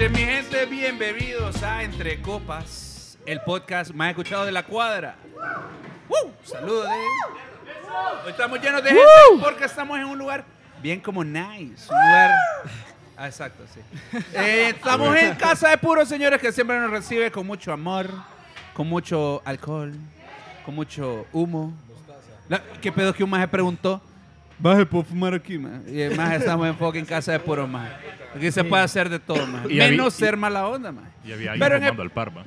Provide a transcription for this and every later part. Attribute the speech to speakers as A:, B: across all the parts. A: Señores, bienvenidos a Entre Copas, el podcast más escuchado de la cuadra. ¡Woo! Saludos. de- Hoy estamos llenos de gente porque estamos en un lugar bien como nice. Un lugar. Ah, exacto, sí. Eh, estamos en casa de puros señores que siempre nos recibe con mucho amor, con mucho alcohol, con mucho humo. La- ¿Qué pedo que un maje preguntó? Baje, ¿puedo fumar aquí, man? Y el maje estamos en fucking casa de puros maje. Aquí se puede hacer de todo, maje.
B: Y habí-
A: Menos
B: y-
A: ser mala onda, maje.
B: Y había alguien
A: Pero en el-
B: fumando al parma.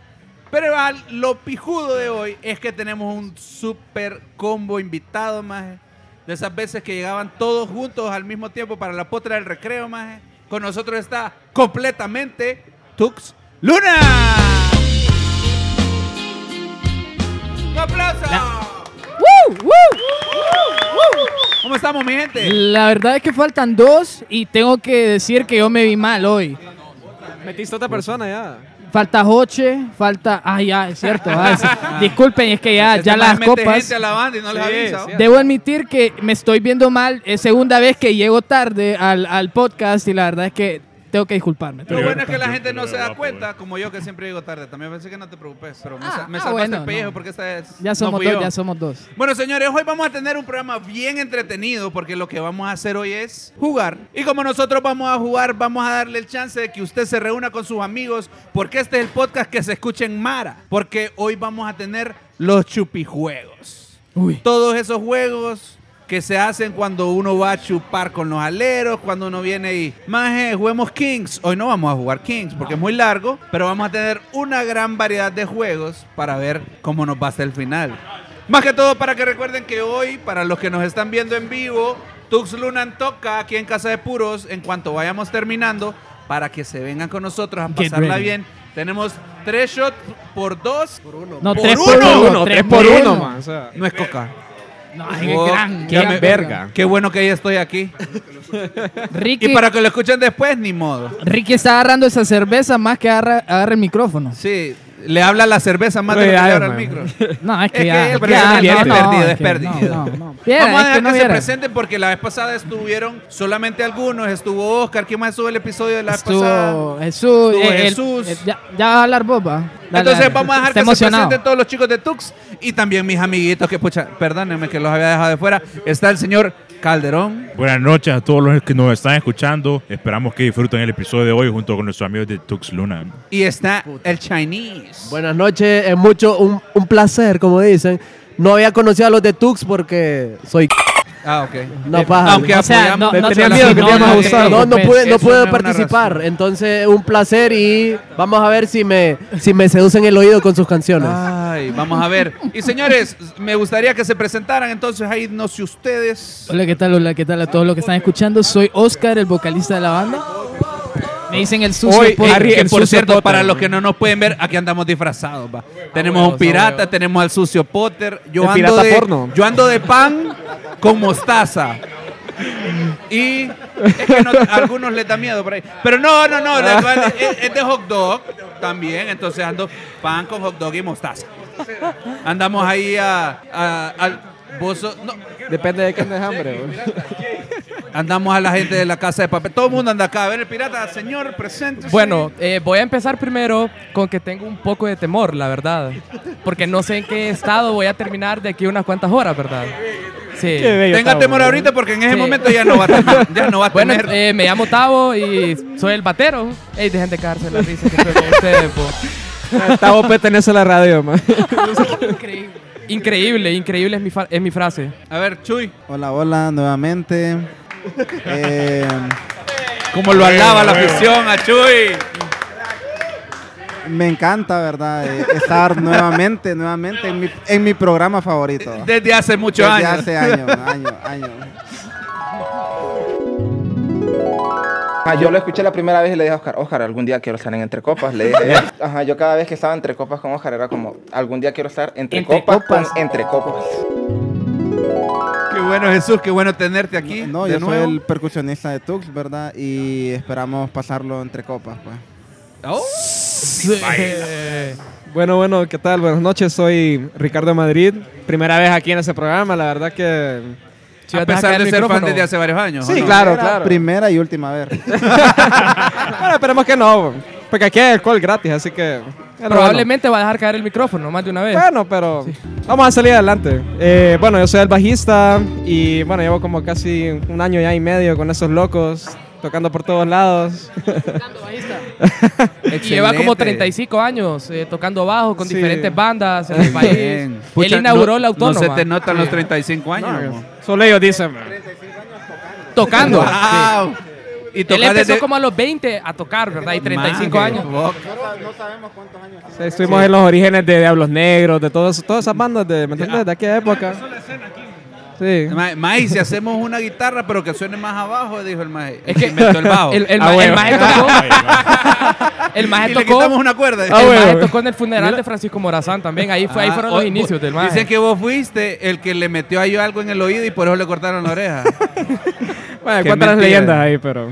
A: Pero al- lo pijudo de hoy es que tenemos un super combo invitado, maje. De esas veces que llegaban todos juntos al mismo tiempo para la potra del recreo, maje. Con nosotros está completamente Tux Luna. ¡Un aplauso!
C: ¡Woo! ¡Woo!
A: ¿Cómo estamos, mi gente?
C: La verdad es que faltan dos y tengo que decir que yo me vi mal hoy.
D: Metiste a otra persona ya.
C: Falta Joche, falta... Ah, ya, es cierto. ah, es- Disculpen, es que ya,
A: Este
C: ya
A: maje
C: las
A: mete
C: copas...
A: gente a la banda y no les
D: Sí,
A: avisa.
D: sí.
A: ¿o?
C: Debo admitir que me estoy viendo mal. Es segunda vez que llego tarde al, al podcast y la verdad es que tengo que disculparme.
A: Lo
B: Yo-
A: bueno es que la
B: yo-
A: gente
B: yo
A: no
B: le
A: se
B: veo
A: da
B: guapo,
A: cuenta,
B: güey.
A: como yo que siempre digo tarde. También pensé que no te preocupes, pero me,
C: Ah,
A: sa- me
C: ah,
A: salvaste
C: bueno,
A: el pellejo
C: no.
A: porque esta es.
C: Ya
A: no
C: somos
A: fui
C: dos,
A: yo.
C: ya somos dos.
A: Bueno, señores, hoy vamos a tener un programa bien entretenido porque lo que vamos a hacer hoy es jugar. Y como nosotros vamos a jugar, vamos a darle el chance de que usted se reúna con sus amigos porque este es el podcast que se escucha en Mara. Porque hoy vamos a tener los chupijuegos.
C: Uy.
A: Todos esos juegos que se hacen cuando uno va a chupar con los aleros, cuando uno viene y, maje, juguemos Kings. Hoy no vamos a jugar Kings porque es muy largo, pero vamos a tener una gran variedad de juegos para ver cómo nos va hasta el final. Más que todo para que recuerden que hoy, para los que nos están viendo en vivo, Tux Lunan toca aquí en Casa de Puros en cuanto vayamos terminando para que se vengan con nosotros a
C: Get
A: pasarla
C: ready.
A: bien. Tenemos tres shots por dos.
C: No,
A: Por
C: tres
A: uno,
C: por uno,
A: uno,
C: tres
D: por
C: por
D: uno,
C: uno.
D: man. O sea,
A: No es coca.
C: No, ay, qué
A: Oh,
C: gran,
D: qué
C: gran
D: gran verga.
A: Qué bueno que ya estoy aquí.
C: Ricky,
A: Y para que lo escuchen después, ni modo.
C: Ricky está agarrando esa cerveza más que agarra, agarra el micrófono.
A: Sí, le habla la cerveza más de lo que le
D: Cuidado,
A: habla al
D: man.
A: micro.
C: No, es que
A: Es
C: ya.
A: que
C: ya,
A: pero es
C: no,
A: perdido,
C: no,
A: perdido,
C: es
A: es
C: que
A: perdido.
C: no, no, no.
A: Vamos a
C: Viera, es
A: dejar
C: que
A: que,
C: no
A: se
C: viera.
A: presenten porque la vez pasada estuvieron solamente algunos. Estuvo Oscar, ¿quién más estuvo el episodio de la vez
C: Estuvo
A: pasada?
C: Jesús.
A: Estuvo
C: eh, el-
A: Jesús.
C: eh, ya, ya va a hablar Boba.
A: Entonces vamos a dejar que se
C: emocionado.
A: presenten todos los chicos de Tux y también mis amiguitos que, pucha, perdónenme que los había dejado de fuera. Está el señor Calderón.
B: Buenas noches a todos los que nos están escuchando. Esperamos que disfruten el episodio de hoy junto con nuestros amigos de Tux Luna.
A: Y está el Chinese.
E: Buenas noches, es mucho un, un placer, como dicen. No había conocido a los de Tux porque soy c-
A: Ah, ok.
E: una paja.
A: Aunque
C: o sea,
A: apoyamos-
C: no- no
D: Tenía miedo que
A: no,
D: te íbamos a
A: no,
D: usar.
E: no, no
C: pues,
E: pude, no
A: eso
E: pude
A: no es una
E: participar,
A: razón.
E: entonces un placer y vamos a ver si me, si me seducen el oído con sus canciones.
A: Ay, vamos a ver. Y señores, me gustaría que se presentaran, entonces ahí no sé ustedes.
C: Hola, ¿qué tal? Hola, ¿qué tal a todos los que están escuchando? Soy Oscar, el vocalista de la banda. Me dicen el sucio
D: Hoy,
C: por-
D: Harry,
A: que
D: el
A: por
D: sucio
A: cierto,
D: Potter.
A: para los que no nos pueden ver, aquí andamos disfrazados. va. Tenemos a un pirata, tenemos al sucio Potter. Yo
D: El
A: ando
D: pirata
A: de,
D: porno.
A: Yo ando de pan con mostaza. Y es que no- a algunos les da miedo por ahí. Pero no, no, no.
D: Ah.
A: la- la- es, es de hot dog también. Entonces ando pan con hot dog y mostaza. Andamos ahí a, a- al. vos sos- no,
D: Depende de qué andes hambre, güey.
A: Andamos a la gente de la casa de papel. Todo el mundo anda acá. A ver, el pirata, señor, presente.
F: Bueno, eh, voy a empezar primero con que tengo un poco de temor, la verdad. Porque no sé en qué estado voy a terminar de aquí unas cuantas horas, ¿verdad? Sí.
D: Qué bello
A: Tenga
D: está,
A: temor
D: güey.
A: ahorita porque en ese
F: Sí.
A: momento ya no va a tener. Ya no va a
F: Bueno,
A: tener.
F: eh, me llamo Tavo y soy el batero. Ey, dejen de cárcel la risa que estoy con ustedes, po.
D: Tavo pertenece a la radio, man.
F: Increíble, increíble es mi, fa- es mi frase.
A: a ver, Chuy.
G: Hola, hola, nuevamente. Eh,
A: Como lo alaba la
B: Bueno.
A: afición a Chuy.
G: me encanta, ¿verdad? Eh, estar nuevamente, nuevamente en mi, en mi programa favorito.
A: Desde hace muchos
G: Desde
A: años.
G: hace años, años, años.
H: Ajá, Ah, yo lo escuché la primera vez y le dije a Oscar, Oscar, algún día quiero estar en Entre Copas. Le dije, ajá, yo cada vez que estaba entre copas con Oscar era como, algún día quiero estar entre,
F: Entre
H: copas, con Entre Copas.
A: Qué bueno, Jesús. Qué bueno tenerte aquí.
G: No,
A: de
G: yo
A: nuevo.
G: soy el percusionista de Tux, ¿verdad? Y esperamos pasarlo entre copas, pues.
A: Oh,
D: Bueno, bueno, ¿qué tal? Buenas noches, soy Ricardo Madrid. Primera vez aquí en este programa, la verdad que...
F: Sí,
A: a
F: vas dejar
A: pesar
F: caer
A: de
F: el
A: ser fan
F: micrófono.
A: desde hace varios años. ¿o
D: Sí,
A: no?
D: claro,
G: Primera-
D: claro.
G: Primera y última vez.
D: Bueno, esperemos que no. güey. Porque aquí hay alcohol gratis, así que. pero
F: Probablemente va a dejar caer el micrófono más de una vez.
A: Ah,
D: Bueno, pero vamos a salir adelante. Eh, bueno, yo soy el bajista y bueno, llevo como casi un año ya y medio con esos locos, tocando por todos lados.
F: Y lleva como
A: Excelente.
F: 35 años eh, tocando bajo con
D: Sí.
F: diferentes bandas en el país.
A: Bien. Pucha,
F: Él inauguró
A: no-
F: la autónoma.
A: No se te notan los 35 años. mo.
D: Solo ellos dicen.
F: Tocando. sí.
A: ¡Wow! Y
F: Él
A: Ah, tocar
F: empezó
A: desde...
F: como a los 20 a tocar, ¿verdad? Y 35
A: Madre,
F: años.
A: vos.
D: Sí, Estuvimos en los orígenes de Diablos Negros, de todos, todas esas bandas de, ¿me
I: ah.
D: entiendes? de aquella época. Sí.
A: Ma- Mae, si hacemos una guitarra, pero que suene más abajo, dijo el Mae.
F: Es que-
A: inventó el bajo.
F: El, el,
D: Ah,
F: ma-
D: bueno.
F: el maje tocó. el maje
A: y le
F: tocó.
A: quitamos una cuerda.
D: Ah,
F: el
D: bueno.
F: maje tocó en el funeral de Francisco Morazán también. Ahí, fue, ahí
A: Ah,
F: fueron
A: o-
F: los inicios del maje.
A: Dicen que vos fuiste el que le metió a yo algo en el oído y por eso le cortaron la oreja.
D: Bueno,
A: Qué
D: cuentan
A: mentira.
D: las leyendas ahí, pero.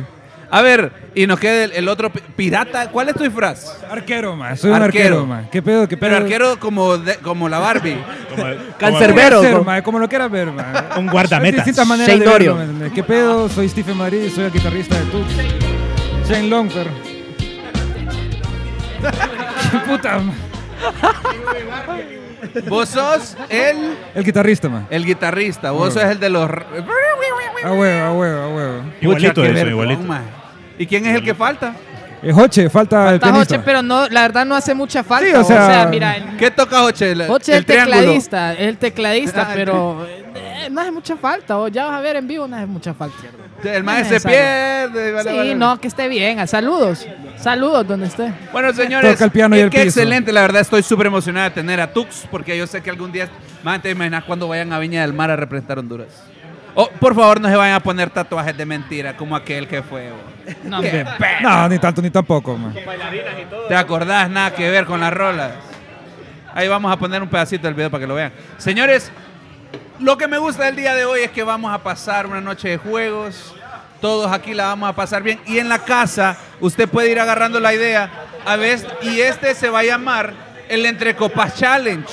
A: A ver, y nos queda el, el otro pi- pirata. ¿Cuál es tu disfraz?
I: Arquero, man. Soy un
A: Arquero.
I: arquero, man. ¿Qué pedo? ¿Qué pedo?
A: Pero
F: Eh.
A: arquero como, de- como la Barbie.
B: Como- como-
E: Cancerbero.
I: Puede ser,
E: con-
I: man, Como lo quieras ver, man.
B: Un guardameta.
I: Hay distintas maneras
E: Shane
I: de verlo,
E: Dorio.
I: ¿me entiendes? ¿Qué pedo? Soy Stephen Madrid, soy el guitarrista de Tux. Shane Longfer. Qué puta, man.
A: Vos sos el,
I: El guitarrista, man.
A: el guitarrista. Vos sos el de los.
I: A huevo, a huevo, a huevo.
B: Igualito
A: Pucha, qué
B: eso,
A: vergón,
B: igualito.
A: mae. ¿Y quién es el que falta?
I: Eh, Joche, falta el
C: Está
I: pianista.
C: Joche, pero no, la verdad no hace mucha falta.
I: Sí, o
C: o, sea,
I: sea,
C: mira, el,
A: ¿Qué toca Oche? El,
C: Joche es el
A: triángulo.
C: tecladista, es el tecladista,
A: Ah,
C: pero eh, no hace mucha falta. O ya vas a ver en vivo, no hace mucha falta.
A: El
C: No es
A: maestro se
C: necesario.
A: pierde. vale,
C: Sí,
A: vale.
C: no, que esté bien. ah, Saludos. Saludos donde esté.
A: Bueno, señores,
I: Toca el piano y
A: qué-
I: el
A: qué
I: piso.
A: excelente. La verdad, estoy súper emocionada de tener a Tux, porque yo sé que algún día, más te imaginas cuando vayan a Viña del Mar a representar Honduras. Oh, por favor, no se vayan a poner tatuajes de mentira como aquel que fue. vos.
C: No,
A: Qué pe-
I: No, ni tanto ni tampoco, man.
A: ¿Te acordás? Nada que ver con las rolas. Ahí vamos a poner un pedacito del video para que lo vean. Señores, lo que me gusta del día de hoy es que vamos a pasar una noche de juegos. Todos aquí la vamos a pasar bien. Y en la casa, usted puede ir agarrando la idea. A veces, y este se va a llamar el Entrecopas Challenge.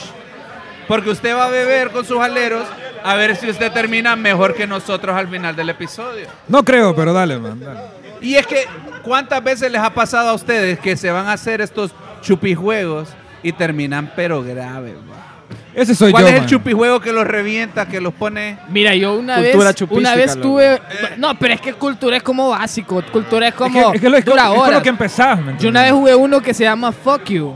A: Porque usted va a beber con sus aleros a ver si usted termina mejor que nosotros al final del episodio.
I: No creo, pero dale, man. dale.
A: Y es que, ¿cuántas veces les ha pasado a ustedes que se van a hacer estos chupijuegos y terminan pero grave? va?
I: Ese soy
A: ¿Cuál
I: yo,
A: es el
I: man.
A: chupijuego que los revienta, que los pone?
C: Mira, yo una
D: Cultura
C: vez,
D: chupística,
C: una vez
D: loco.
C: tuve... No, pero es que cultura es como básico. Cultura es
I: Es
C: como...
I: que- es que lo- es con
C: dura
I: es con lo
C: horas.
I: que empezás, man.
C: Yo una vez jugué uno que se llama Fuck You.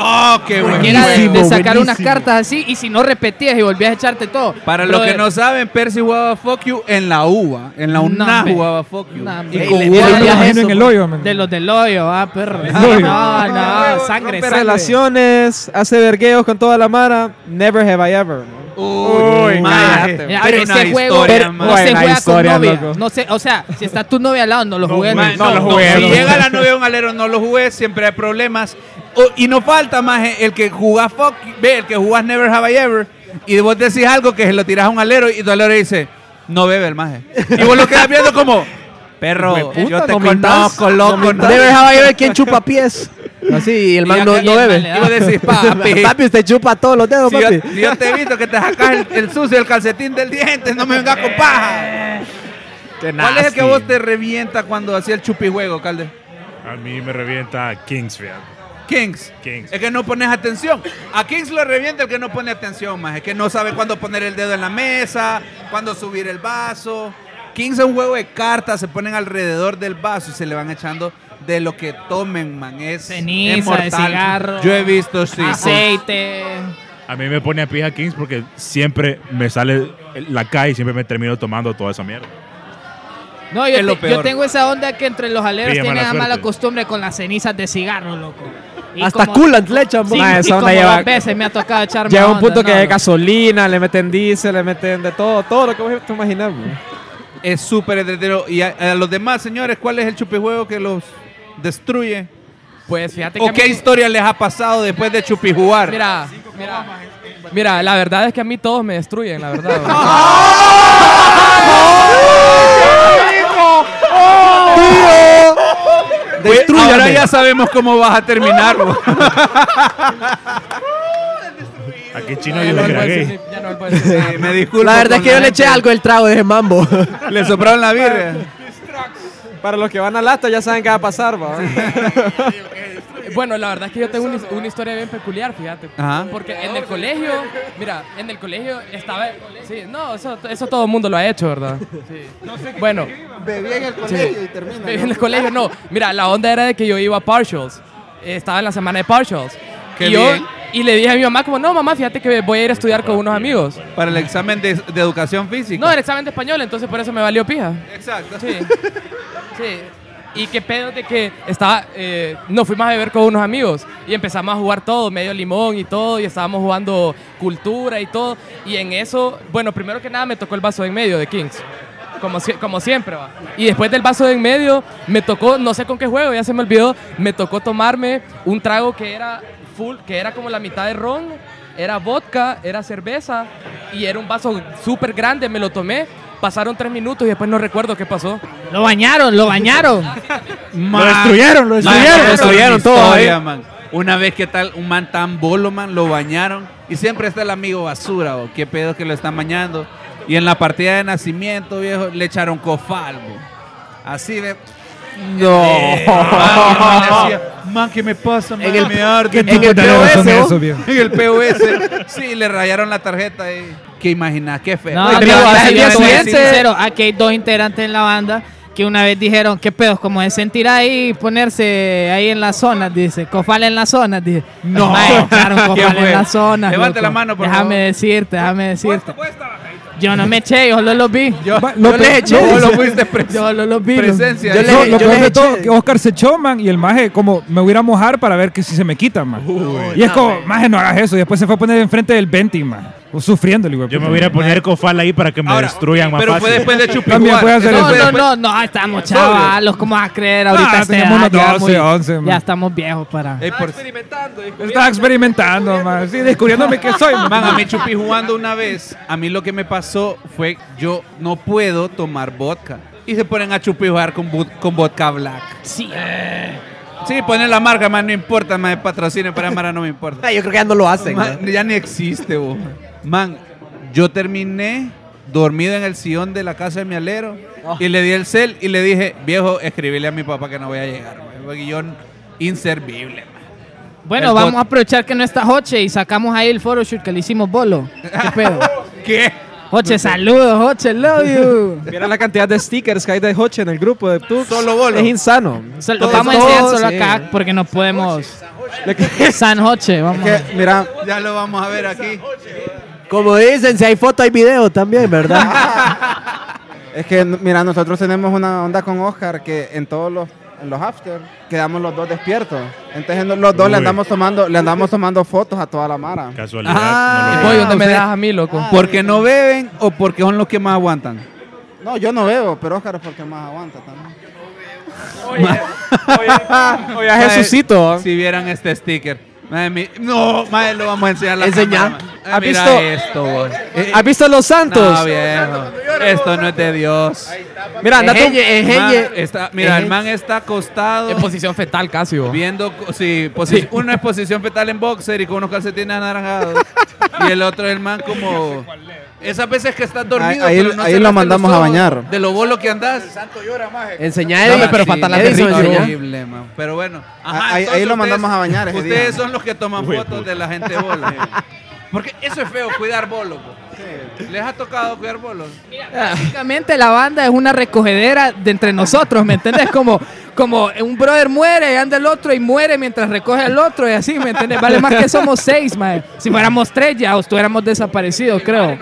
A: ¡Oh, qué bueno!
C: Que era de, de
E: Buenísimo,
C: sacar unas
E: buenísimo.
C: cartas así y si no repetías y volvías a echarte todo.
A: Para los
C: Brother,
A: que no saben, Percy jugaba Fuck You en la UBA. En la
C: No,
A: UNA
C: hombre.
A: jugaba Fuck You.
C: No,
A: y
C: hombre.
A: con
C: Ey, le-
A: Hugo-
C: le-
I: Yo me
C: Ya,
I: imagino
C: eso,
I: en el
C: man.
I: hoyo, man.
C: De los del hoyo, ah, perro.
I: hoyo.
C: No, no,
A: Rompe
C: sangre,
A: relación.
C: sangre.
D: Relaciones, hace vergueos con toda la mara. Never have I ever. ¿no?
A: Uy, maje.
D: imagínate.
C: Mira,
A: Pero
C: pero
A: una
C: ese juego
A: historia,
C: no
A: maje.
C: se
D: Buena
C: juega
D: historia,
C: con novia.
D: loco.
C: No sé, o sea, si está tu novia al lado, no lo jugué.
A: Ma-
D: no, lo jugué,
A: Si
D: no lo
A: llega
D: jugué.
A: la novia a un alero, no lo jugué, siempre hay problemas. O- y no falta más el que jugás fuck, ve, el que jugás Never Have I Ever, y vos decís algo que se lo tirás a un alero y tu alero dice, no bebe el maje. Y vos lo quedas viendo como, perro,
D: Hijueputa,
A: yo te
D: no mintás,
A: conozco, loco. no".
E: Debe dejar ver quién chupa pies. Así, y el man
C: acá-
E: no,
C: y
E: no
C: el man
E: bebe.
C: le
A: Y vos decís, papi,
E: Papi, usted chupa todos los dedos,
A: si yo,
E: papi.
A: si yo te he visto que te sacas el, el sucio, el calcetín del diente, no me vengas con paja. ¿Cuál es el que vos te revienta cuando hacía el chupijuego, Calde?
B: A mí me revienta Kingsfield.
A: Kings.
B: Kings.
A: Es que no pones atención. A Kings lo revienta el que no pone atención más. Es que no sabe cuándo poner el dedo en la mesa, cuándo subir el vaso. Kings es un juego de cartas, se ponen alrededor del vaso y se le van echando de lo que tomen, man. Es
C: Ceniza,
A: es mortal.
C: de cigarro.
A: Yo he visto, sí.
C: Aceite.
B: A mí me pone a pija Kings porque siempre me sale la calle y siempre me termino tomando toda esa mierda.
C: No,
A: Es lo
C: yo, te- yo
A: peor.
C: tengo esa onda que entre los aleros
B: Brilla
C: tienen
B: mala
C: la mala
B: suerte.
C: costumbre con las cenizas de cigarro, loco. Y
E: Hasta
C: como-
E: culant le echan,
C: Sí,
E: man.
D: Ah,
C: y
D: esa
C: como
D: onda lleva-
C: dos veces me ha tocado echarme
D: Llega un
C: onda,
D: punto que
C: no,
D: hay
C: loco.
D: gasolina, le meten diésel, le meten de todo, todo lo que vos te imaginas. bro.
A: Es súper entretenido. Y a, a los demás, señores, ¿cuál es el chupijuego que los destruye?
F: Pues fíjate que.
A: ¿O
F: a
A: qué
F: mí-
A: historia les ha pasado después de chupijugar?
F: Mira, mira, mira, la verdad es que a mí todos me destruyen, la verdad. güey.
E: Destrúyame.
A: Ahora ya sabemos cómo vas a terminarlo.
B: Aquí chino
F: Ya
B: yo era
F: no vuelvo a
B: gay.
F: decir- ya no vuelvo a decir nada.
A: me disculpo.
E: La verdad es
A: con
E: que yo
A: la
E: le eché
A: gente.
E: algo el trago de ese mambo.
A: Le sopraron la birria.
D: Para los que van al acto ya saben qué va a pasar, va.
F: Bueno, la verdad es que yo tengo una, una historia bien peculiar, fíjate.
A: Ajá.
F: Porque en el colegio, mira, en el colegio estaba. Sí, no, eso, eso todo el mundo lo ha hecho, ¿verdad? Sí. Bueno,
G: Bebí en el colegio y termina. ¿no?
F: en el colegio no. Mira, la onda era de que yo iba a partials. Eh, Estaba en la semana de partials.
A: Qué
F: y yo-
A: bien.
F: y le dije a mi mamá, como, no, mamá, fíjate que voy a ir a estudiar con unos amigos.
A: Para el examen de, de educación física.
F: No, el examen de español, entonces por eso me valió pija.
A: Exacto.
F: Sí. Sí. Y qué pedo de que estaba, eh, nos fuimos a beber con unos amigos y empezamos a jugar todo, medio limón y todo, y estábamos jugando cultura y todo. Y en eso, bueno, primero que nada me tocó el vaso de en medio de Kings, como, si- como siempre va. Y después del vaso de en medio me tocó, no sé con qué juego, ya se me olvidó, me tocó tomarme un trago que era full, que era como la mitad de ron, era vodka, era cerveza y era un vaso súper grande, me lo tomé. Pasaron tres minutos y después no recuerdo qué pasó.
C: Lo bañaron, lo bañaron.
B: Lo destruyeron, lo destruyeron.
A: Lo
E: destruyeron todo ahí.
A: Una vez que tal, un man tan bolo, man, lo bañaron. Y siempre está el amigo basura, o qué pedo que lo están bañando. Y en la partida de nacimiento, viejo, le echaron cofalbo. Así de.
E: No.
A: Eh, man, y uno le
B: Ah.
A: decía, man, ¿qué me pasa, man?
E: En el-
A: me arde,
E: en el
A: man".
E: POS,
I: son
E: ¿no?
I: esos, viejo?
A: En el POS. Sí, le rayaron la tarjeta. Y... ¿Qué imaginas? Qué feo.
C: No,
E: No, y
C: no,
E: te lo vas
C: yo
E: al
C: te voy
E: día
C: a ser
E: siguiente.
C: sincero, aquí hay dos integrantes en la banda que una vez dijeron, qué pedos, como de sentir ahí y ponerse ahí en las zonas, dice, cofal en las zonas, dice. No, claro,
A: ¿Quién
C: cofal
A: fue?
C: en las zonas.
A: Levante
C: loco.
A: la mano, por
C: Déjame
A: favor.
C: decirte, déjame decirte. Yo no me eché, yo solo los vi.
A: Yo,
I: Va,
A: yo
I: lo
A: le
I: pe-
A: eché.
I: no,
A: Vos lo
I: sí.
A: fuiste pres-
C: Yo solo los vi. loco.
A: presencia.
E: Yo
A: ahí.
E: le-
I: No, lo
E: yo
I: peor
E: le
I: de todo
E: eché-
I: que Oscar se echó, man, y el maje como me voy a ir a mojar para ver que si se me quita, man. y es como, maje, no hagas eso. Y después se fue a poner enfrente del Benty, man. Sufriendo, güey.
B: Yo me voy a ir a poner cofal ahí para que me
A: Ahora,
B: destruyan más
A: pero
B: fácil.
A: fue después de Chupicuar.
I: También puede hacer eso.
A: Eso fue
C: No, no,
A: después-
C: no, no, estamos chavalos, ¿cómo vas a creer ahorita?
I: Ah,
C: a esta
I: teníamos
C: edad?
I: unos
C: Ya
I: 12, 11,
C: Ya
I: man.
C: estamos viejos para...
A: Eh, por-
I: Estaba experimentando, man. Sí, descubriéndome que soy, man.
A: Man, a mí chupí jugando una vez. A mí lo que me pasó fue yo no puedo tomar vodka. Y se ponen a chupijugar con, bu- con vodka black.
C: Sí.
A: Sí, ponen la marca, más no importa, más patrocinen para Mara no me importa.
E: Ay, Yo creo que ya no lo hacen.
A: Man,
E: ¿no?
A: ya ni existe, vos. Man, yo terminé dormido en el sillón de la casa de mi alero y le di el cel y le dije, viejo, escribile a mi papá que no voy a llegar. man, Porque yo inservible. man".
C: Bueno,
A: El
C: vamos
A: pot-
C: a aprovechar que no está Joche y sacamos ahí el photoshoot que le hicimos bolo. ¿Qué pedo?
A: ¿Qué?
C: Joche, saludos, Joche, love you.
D: Mira la cantidad de stickers que hay de Hoche en el grupo de Tux.
A: Solo bolo.
D: Es insano.
C: So- lo
D: Todos,
C: vamos a enseñar
D: todos,
C: solo
D: sí.
C: acá porque no podemos.
D: Le- que-
C: San Joche, vamos. a
G: Que,
C: ver.
G: mira,
A: Ya lo vamos a ver aquí.
E: Como dicen, si hay foto, hay video también, ¿verdad?
G: es que mira, nosotros tenemos una onda con Oscar que en todos los en los after quedamos los dos despiertos. Entonces no- los dos le
B: Uy.
G: andamos tomando, le andamos tomando fotos a toda la mara.
B: Casualidad.
A: Ah,
B: no lo
F: Voy
B: veo.
F: donde me
A: usted-
F: dejas a mí, loco.
G: Ah,
A: ¿Porque no beben o porque son los que más aguantan?
G: No, yo no bebo, pero Oscar es porque más aguanta también.
D: Oye, a Jesucito.
A: Si vieran este sticker. Madre mi- no, madre, lo vamos a enseñar. a La
E: Enseñá.
A: cámara, madre. Ay,
D: ¿Has
A: mira
D: visto?
A: esto, vos. Eh,
D: ¿Has visto los
A: no,
D: santos?
A: viejo. Esto no es de Dios.
D: Mira, andate un-
E: Ejeñe,
A: Man,
E: ejeñe.
A: está, mira, el
E: Eje-
A: man está acostado.
F: En posición fetal casi, bo.
A: Viendo, co- sí, posi- una es posición fetal en boxer y con unos calcetines anaranjados. y el otro es el man como. Esas veces que estás dormido.
G: Ahí- ahí-
A: pero no
G: ahí
A: cerraste
G: lo mandamos
A: los ojos
G: a bañar.
A: De lo bolo que andás.
E: Enseñá
A: No,
E: Edison.
G: eh.
A: pero faltan las de
E: Edison,
A: Ricky.
E: enseñá.
A: Horrible, man. Pero bueno. Ajá,
G: Ah, ahí-
A: entonces
G: ahí lo
A: ustedes-
G: mandamos a bañar ese día.
A: Ustedes son los que toman
B: Uy,
A: fotos
B: puta.
A: de la gente bola. Porque eso es feo, cuidar bolos. po. ¿Les ha tocado cuidar bolos?
C: Básicamente la banda es una recogedera de entre nosotros, ¿me entendés? Como, como un brother muere y anda el otro y muere mientras recoge el otro y así, ¿me entendés? Vale más que somos seis, mae. Si fuéramos tres ya estuviéramos desaparecidos, creo.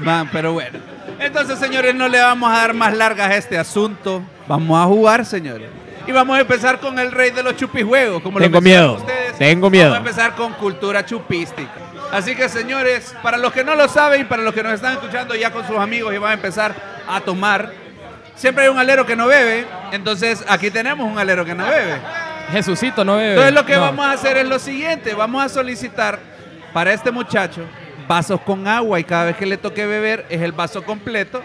A: Man, pero bueno. Entonces, señores, no le vamos a dar más largas a este asunto. Vamos a jugar, señores. Y vamos a empezar con el rey de los chupijuegos. Como
E: Tengo
A: lo mencionaron
E: miedo.
A: ustedes.
E: Tengo miedo.
A: Vamos a empezar con cultura chupística. Así que, señores, para los que no lo saben y para los que nos están escuchando ya con sus amigos y van a empezar a tomar, siempre hay un alero que no bebe. Entonces, aquí tenemos un alero que no bebe.
F: Jesucito, no bebe.
A: Entonces lo que
F: No.
A: vamos a hacer es lo siguiente, vamos a solicitar para este muchacho vasos con agua y cada vez que le toque beber es el vaso completo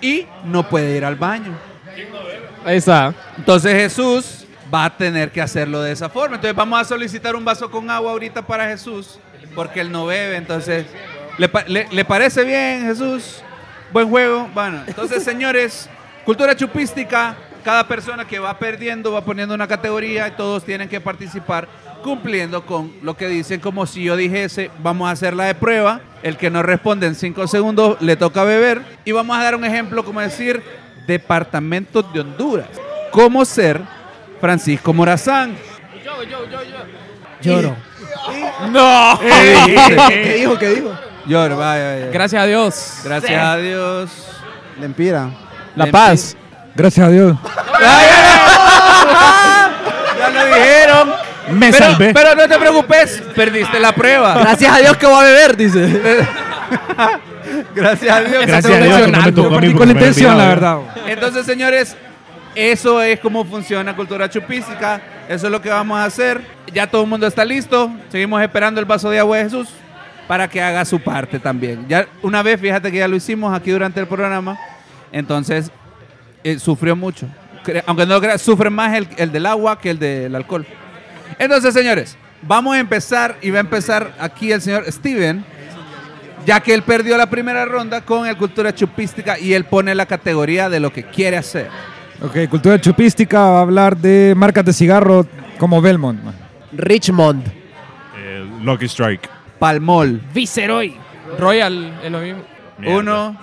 A: y no puede ir al baño.
D: Ahí está.
A: Entonces Jesús va a tener que hacerlo de esa forma. Entonces vamos a solicitar un vaso con agua ahorita para Jesús porque él no bebe. Entonces, ¿le, pa- le- le parece bien Jesús? Buen juego. Bueno, entonces señores, cultura chupística, Cada persona que va perdiendo va poniendo una categoría y todos tienen que participar cumpliendo con lo que dicen, como si yo dijese, vamos a hacer la de prueba, el que no responde en 5 segundos le toca beber y vamos a dar un ejemplo como decir, departamentos de Honduras, cómo ser Francisco Morazán.
E: Lloro.
I: ¡No!
E: ¿Qué dijo? ¿Qué dijo?
A: Eh, Lloro, vaya, vaya.
F: Gracias a Dios.
A: Gracias a Dios.
G: Lempira.
D: La Paz.
I: Gracias a Dios.
A: Ya lo dijeron.
I: Me
A: Pero,
I: salvé.
A: pero no te preocupes, perdiste la prueba.
E: Gracias a Dios que voy a beber, dice.
A: Gracias a Dios.
B: Gracias a Dios que no me tocó a mí
I: Partí
B: porque
I: con la
B: me había
I: intención, la
B: olvidado.
I: verdad.
A: Entonces, señores, eso es como funciona Cultura Chupística. Eso es lo que vamos a hacer. Ya todo el mundo está listo. Seguimos esperando el vaso de agua de Jesús para que haga su parte también. Ya una vez, fíjate que ya lo hicimos aquí durante el programa. Entonces, eh, sufrió mucho. Cre- Aunque no lo creas, sufre más el, el del agua que el del alcohol. Entonces, señores, vamos a empezar y va a empezar aquí el señor Steven, ya que él perdió la primera ronda con el Cultura Chupística y él pone la categoría de lo que quiere hacer.
I: Ok, cultura chupística va a hablar de marcas de cigarro como Belmont. man.
E: Richmond.
B: Eh, Lucky Strike.
A: Palmol.
C: Viceroy.
F: Royal es lo mismo.
B: Mierda.
A: Uno,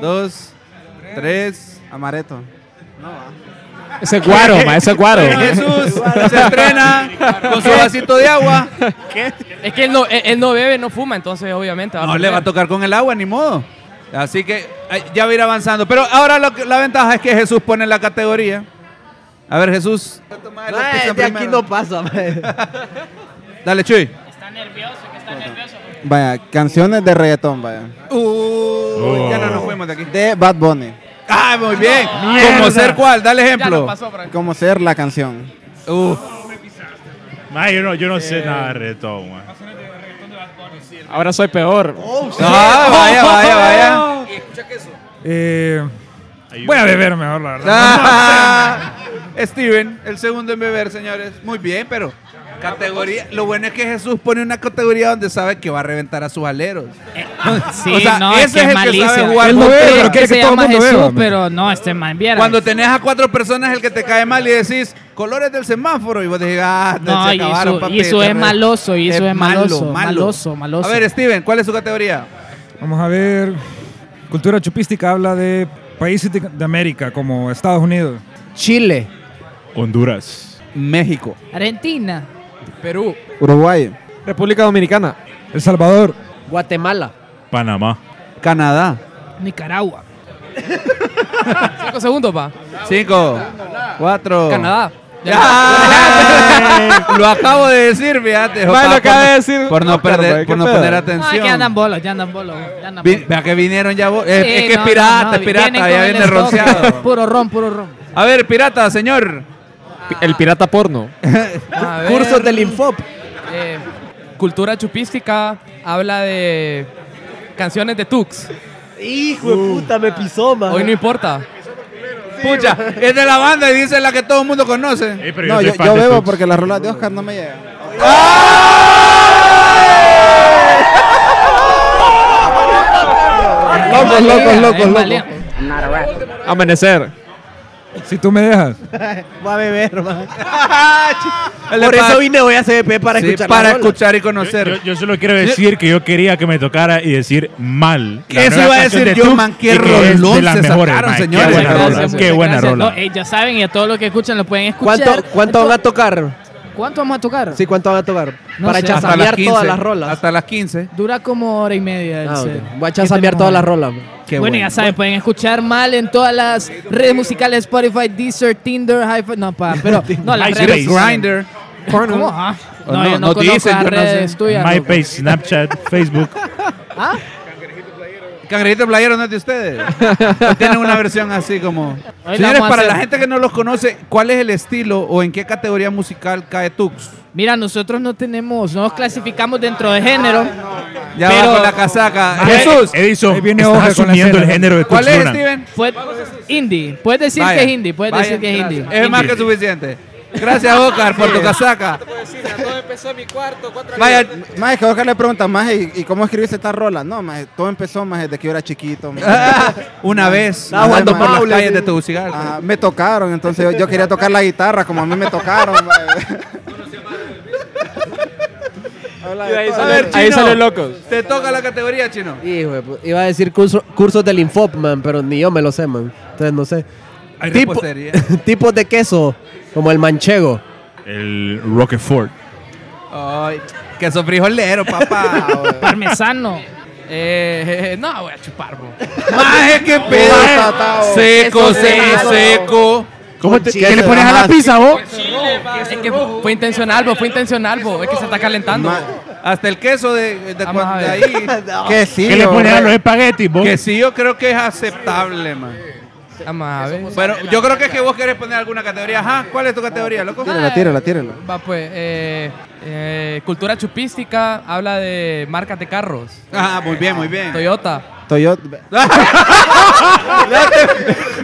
A: dos, tres.
G: Amareto.
D: Ese es guaro, ma, ese es guaro.
A: Jesús se entrena con su vasito de agua.
F: Es que él no, él, él no bebe, no fuma, entonces obviamente va a
A: No le va a
F: perder.
A: tocar con el agua, ni modo. Así que ay, ya va a ir avanzando. Pero ahora lo que- la ventaja es que Jesús pone la categoría. A ver, Jesús.
E: de aquí no pasa, mae.
A: Dale, Chuy.
G: Vaya, canciones de reggaetón, vaya.
A: Uh, Ya no nos fuimos de aquí.
G: De Bad Bunny.
A: Ah, muy bien. Como ser cuál, dale
F: Ya nos
A: ejemplo.
F: pasó, Frank.
G: Cómo ser la canción.
A: Uh,
B: Ma, yo no, yo no sé nada de reggaetón, man.
D: Ahora soy peor.
A: ah, vaya, vaya, vaya.
I: Eh, voy a beber mejor, la verdad.
A: Ah, Steven, el segundo en beber, señores. Muy bien, pero categoría. Lo bueno es que Jesús pone una categoría donde sabe que va a reventar a sus aleros.
C: Sí,
A: O sea,
C: no,
A: ese
C: es que
A: es el que
C: es
A: sabe
C: malicia.
A: jugar
I: Él no
C: Yo
A: con
I: bebe,
A: todo.
C: creo
I: pero
C: que
I: quiere
C: se
I: que todo el
C: llama
I: mundo
C: Jesús,
I: beba, man.
C: pero no, este man, vieras.
A: Cuando tenés a cuatro personas, el que te cae mal y decís colores del semáforo, y vos decís, ah, te-
C: No,
A: se
C: y
A: acabaron,
C: eso-
A: papi,
C: y eso
A: te
C: es
A: re-
C: maloso, y eso es maloso, maloso, maloso.
A: A ver, Steven, ¿cuál es su categoría?
I: Vamos a ver. Cultura chupística habla de países de, de América, como Estados Unidos.
E: Chile.
B: Honduras.
A: México.
C: Argentina.
F: Perú.
G: Uruguay.
D: República Dominicana.
I: El Salvador.
E: Guatemala.
B: Panamá.
A: Canadá.
C: Nicaragua.
F: Cinco segundos, pa.
A: Cinco. Cuatro.
F: Canadá.
A: ¡Ah! lo acabo de decir, fíjate.
D: Bueno,
A: Jopá,
D: acaba
A: por
D: de
A: no-
D: decir-
A: Por no,
D: Puta,
A: perder,
D: güey,
A: por
D: qué
A: no
D: pedo.
A: poner
C: No, aquí
A: atención.
C: andan bolos, ya andan bolos. ya andan
A: Vi-
C: bolos.
A: Vea que vinieron ya. bo- Es,
C: Sí,
A: es que
C: no,
A: es pirata,
C: no,
A: es
C: no,
A: pirata,
C: vienen
A: ya
C: con el
A: viene
C: stock.
A: rociado.
C: Puro ron, puro ron.
A: A ver, pirata, señor.
D: El pirata porno.
F: A ver,
E: Cursos del Infop.
F: eh, cultura chupística habla de canciones de Tux.
E: Hijo de puta, me pisó, mae.
F: Hoy no importa.
A: Pucha, es de la banda y dice la que todo el mundo conoce.
B: Eh, pero
G: No,
B: soy
G: yo,
B: fan
G: yo
B: de
G: bebo
B: Tux.
G: porque las rolas de Oscar no me llegan.
D: Locos, locos, locos,
F: Es
D: locos.
F: valía-
D: Amanecer.
I: Si tú me dejas.
E: Va a beber, mae.
A: El de
E: Por
A: Ah, pa-
E: eso vine hoy a CBP para
A: Sí,
E: escuchar.
A: para
E: la rola.
A: escuchar y
B: Yo,
A: conocer.
B: yo solo quiero decir que yo quería que me tocara y decir mal. la
A: Eso
B: nueva
A: iba a
B: canción
A: decir
B: de
A: yo,
B: Tux,
A: man, qué
B: y que es
A: rolón
B: de las
A: se
B: mejores,
A: sacaron,
B: man.
A: señores.
B: Qué buena
A: Gracias,
B: rola.
A: gracias,
B: Qué buena
C: Gracias.
B: rola.
C: No, eh, ya saben, y a todos los que escuchan lo pueden escuchar.
E: ¿Cuánto, cuánto van a
C: Entonces,
E: tocar?
C: ¿Cuánto vamos a tocar?
E: Sí, ¿cuánto van a tocar?
C: No
E: para
C: sé.
A: hasta
E: chasamear
A: las 15.
E: todas las rolas.
A: Hasta las 15.
C: Dura como hora y media. el
E: Ah, ok.
C: set.
E: Voy a
C: ¿Qué
E: chasamear
C: tenemos
E: todas
C: ahí?
E: las rolas.
A: Qué
C: bueno, ya saben, pueden escuchar mal en todas las redes musicales, Spotify, Deezer, Tinder, hi no, pa, pero no, las
B: MySpace.
C: redes
A: Grinder.
C: ¿Cómo? Ah,
A: O
C: no,
A: no,
C: yo no,
A: no
C: conozco
A: dicen,
C: las
A: yo no sé.
C: redes tuyas. loco.
B: MyPage, Snapchat, Facebook.
C: ¿Ah?
A: Cangrejito Playero no es de ustedes. Tienen una versión así como.
C: Ahí la
A: Señores,
C: vamos a
A: para
C: hacer.
A: la gente que no los conoce, ¿cuál es el estilo o en qué categoría musical cae Tux?
C: Mira, nosotros no tenemos, no nos clasificamos dentro de género.
A: Ya
C: Pero-
A: va con la casaca.
B: Ah,
A: Jesús,
B: Edison,
I: Ahí viene
B: estás
I: Oja con la
B: asumiendo el
I: cena.
B: género de Tux
A: ¿cuál es
B: Luna.
A: Steven?
C: Puedes, indie, puedes decir
A: Vaya,
C: que es indie, puedes
A: vaya,
C: decir que es
A: gracias.
C: indie.
A: Es más que
B: Indie.
A: suficiente. Gracias, Oscar, por tu casaca.
D: todo empezó en mi cuarto, cuatro
A: Vaya,
G: Más que Oscar le pregunta, más ¿y, y cómo escribiste esta rola? No, más todo empezó más desde que yo era chiquito. maje.
A: una vez,
G: Estaba
A: andando
G: jugando
A: por las
G: Maule,
A: calles
G: sí.
A: de Tegucigalpa.
G: Ah, me tocaron, entonces yo, yo quería tocar la guitarra como a mí me tocaron. pues. maje. Habla de
D: Y ahí
G: todo.
A: A ver,
D: Ahí
A: Chino,
D: salen locos.
A: Te toca la categoría, Chino.
E: Hijo, de pu- iba a decir curso- cursos del Infop, man, pero ni yo me lo sé, man. Entonces no sé.
A: Hay
E: Tipo-
A: repostería.
E: tipos de queso, como el manchego.
B: El Roquefort.
A: Ay, que son frijoleros, papá.
C: Parmesano.
F: Eh, no, voy a chupar, bro.
A: Maje, qué pedo.
G: Batatao.
A: Seco,
E: Eso es
A: seco,
E: malo.
A: seco.
E: ¿Cómo te, ¿Qué le
C: Pones a la pizza, vos.
F: Es que fue intencional, bro, fue intencional, bro. Es que se está calentando.
G: Ma-
A: Hasta el queso de, de,
F: Vamos a
A: de
F: ver.
A: ahí.
G: Que sí,
B: ¿Qué le pones a
G: hombre.
B: los espaguetis, vos?
A: Que sí, yo creo que es aceptable, man.
F: Vamos a ver.
A: Bueno, yo creo que es que vos querés poner alguna categoría. Ajá, ¿cuál es tu categoría, loco?
G: Tírala, tírala, tírala.
F: Va, pues, eh, eh, cultura chupística habla de marcas de carros.
A: Ah, muy bien, muy bien.
F: Toyota.
G: Toyota.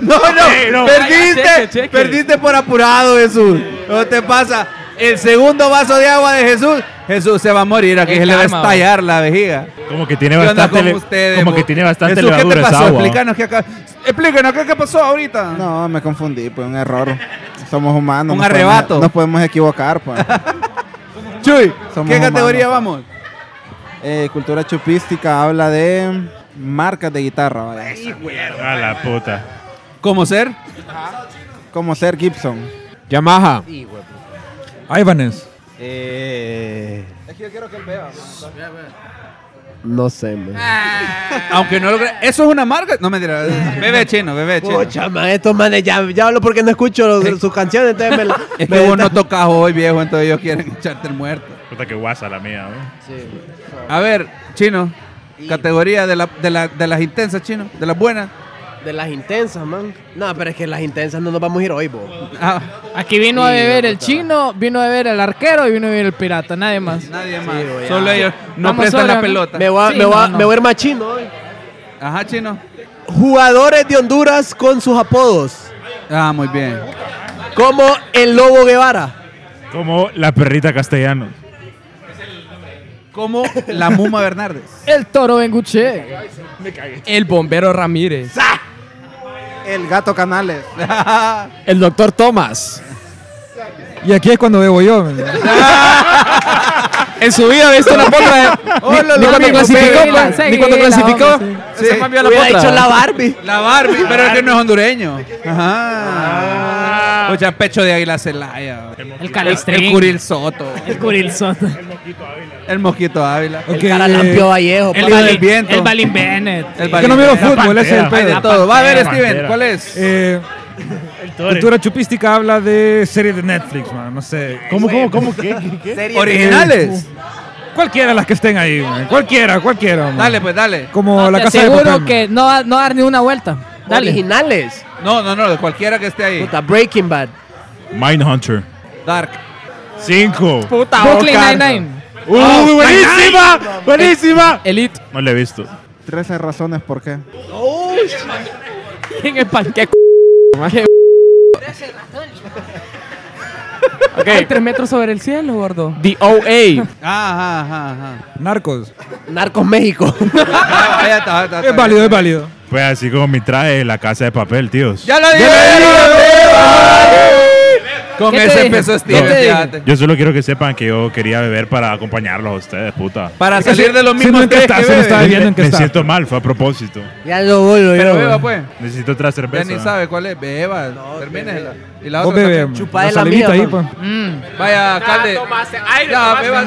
A: No, no,
B: no.
A: perdiste,
F: Cheque, cheque.
A: perdiste por apurado, Jesús. ¿Qué te pasa? El segundo vaso de agua de Jesús, Jesús se va a morir aquí,
F: Es
A: se le va a
F: karma, vos.
A: estallar la vejiga.
B: Como que tiene
A: ¿Qué onda
B: bastante,
A: con
B: le-
A: ustedes,
B: como
A: vos?
B: que tiene bastante
A: Jesús, ¿qué te
B: levadura esa
A: pasó?
B: agua.
A: Explícanos qué, acá- explícanos qué, qué pasó ahorita.
G: No, me confundí, pues un error. Somos humanos.
A: Un
G: nos podemos-
A: arrebato.
G: nos podemos equivocar, pues.
A: Chuy,
G: Somos
A: ¿qué categoría vamos?
G: humanos, Eh, cultura chupística habla de marcas de guitarra, vaya.
B: A la puta.
A: ¿Cómo ser?
G: Como ser Gibson.
D: Yamaha.
I: Ivanes.
G: Es que yo quiero que él vea.
E: No sé, man.
A: Ah. Aunque no lo cre- Eso es una marca. No mentira. Bebé chino, bebé chino.
E: Pucha, man, estos manes ya, ya hablo porque no escucho los- sus canciones, entonces me la-
A: Es
E: me
A: que vos
E: está-
A: no tocas hoy, viejo, entonces ellos quieren echarte el muerto.
B: Puta que guasa la mía, vos.
A: A ver, chino. Categoría de, la, de, la- de las intensas, chino. De las buenas.
E: De las intensas, man. No, pero es que las intensas no nos vamos a ir hoy, bo.
A: Ah,
C: Aquí vino a beber el chino, vino a beber el arquero y vino a beber el pirata, nadie más.
A: nadie más.
E: voy a-
A: Solo ellos. No
C: Vamos
A: prestan la
C: solos, ¿no?
A: pelota.
E: Me voy a,
C: Sí,
E: me voy a-
C: no, no.
E: me voy a ir machino hoy.
A: Ajá, chino.
E: Jugadores de Honduras con sus apodos,
A: Ah, muy bien.
E: como el Lobo Guevara.
B: Como la perrita castellano.
A: Como la Muma Bernardes.
C: El toro Benguche.
F: El bombero Ramírez.
G: El gato Canales.
D: El doctor Thomas.
I: Y aquí es cuando bebo yo. man.
D: En su vida he visto la potra. eh.
E: Oh,
A: Hola,
D: Ni cuando
C: amigo,
D: clasificó,
C: seguila,
D: pues. Ni cuando
C: seguila,
D: clasificó.
C: hombre,
A: sí.
D: Se cambió la
E: Hubiera dicho la
D: potra.
E: Barbie.
A: La Barbie, pero es que no es hondureño.
E: Ah.
A: Ajá. Pucha, pecho de águila celaya.
C: El
A: El,
C: calistrín.
A: Curil Soto.
C: El Curilzón.
A: El Mosquito Ávila.
I: Ok,
E: El Caralampio
I: eh,
E: Vallejo.
A: el
E: papá.
A: Balín- viento.
C: El Balín Bennett.
A: El
I: que no miro fútbol,
B: La
I: ese es el
A: Hay
B: pantera.
I: pedo.
A: de todo. Va a ver,
B: Pantera,
A: Steven,
B: pantera.
A: ¿cuál es?
I: Eh, cultura chupística habla de series de Netflix, man. No sé.
B: ¿Cómo, cómo, cómo? ¿Qué? qué, qué?
A: Originales.
I: Cualquiera las que estén ahí, man. Cualquiera, cualquiera, man.
A: Dale, pues dale.
I: Como
C: No,
I: la
C: te
I: casa de
C: aseguro
I: papel. man.
C: que no va no va a dar ni una vuelta. Dale.
E: Originales.
A: No, no, no, de cualquiera que esté ahí.
E: Puta, Breaking Bad.
B: Mindhunter.
A: Dark.
B: Cinco.
C: Puta, Ah, Brooklyn Nine-Nine.
B: ¡Uh, buenísima! ¡Buenísima!
F: Elite.
B: No la he visto.
G: 13 razones por qué.
F: En el panque. Hay tres metros sobre el cielo, gordo.
D: The OA.
A: Ajá, ajá, ajá.
I: Narcos.
E: Narcos México.
A: Ah, ya está, ya está, ya está.
I: Es válido, es válido.
B: Pues así como mi traje, la casa de papel, tíos.
A: Ya lo dije. Con
C: ¿Qué te
A: ese
C: dije?
A: peso
C: ¿Qué
A: Steven,
C: te
A: fíjate.
B: Yo solo quiero que sepan que yo quería beber para acompañarlos a ustedes, puta.
A: Para salir de los
I: Sí,
A: mismos
I: nunca
A: tres
I: está,
A: que
I: solo
A: beben.
I: está viendo en qué
B: Me
I: está.
B: siento mal, fue a propósito.
E: ya lo vuelvo yo.
A: Pero
E: güey.
A: beba, pues.
B: Necesito otra cerveza.
A: Ya ni sabe cuál es. Beba, termínela. Y la
I: Vos
A: otra
I: bebé,
A: también.
E: Chupá de la
I: salivita
E: mía,
I: ahí,
D: pues.
E: man.
I: pa.
A: Vaya, alcalde.
E: aire,
A: Ya, bebas.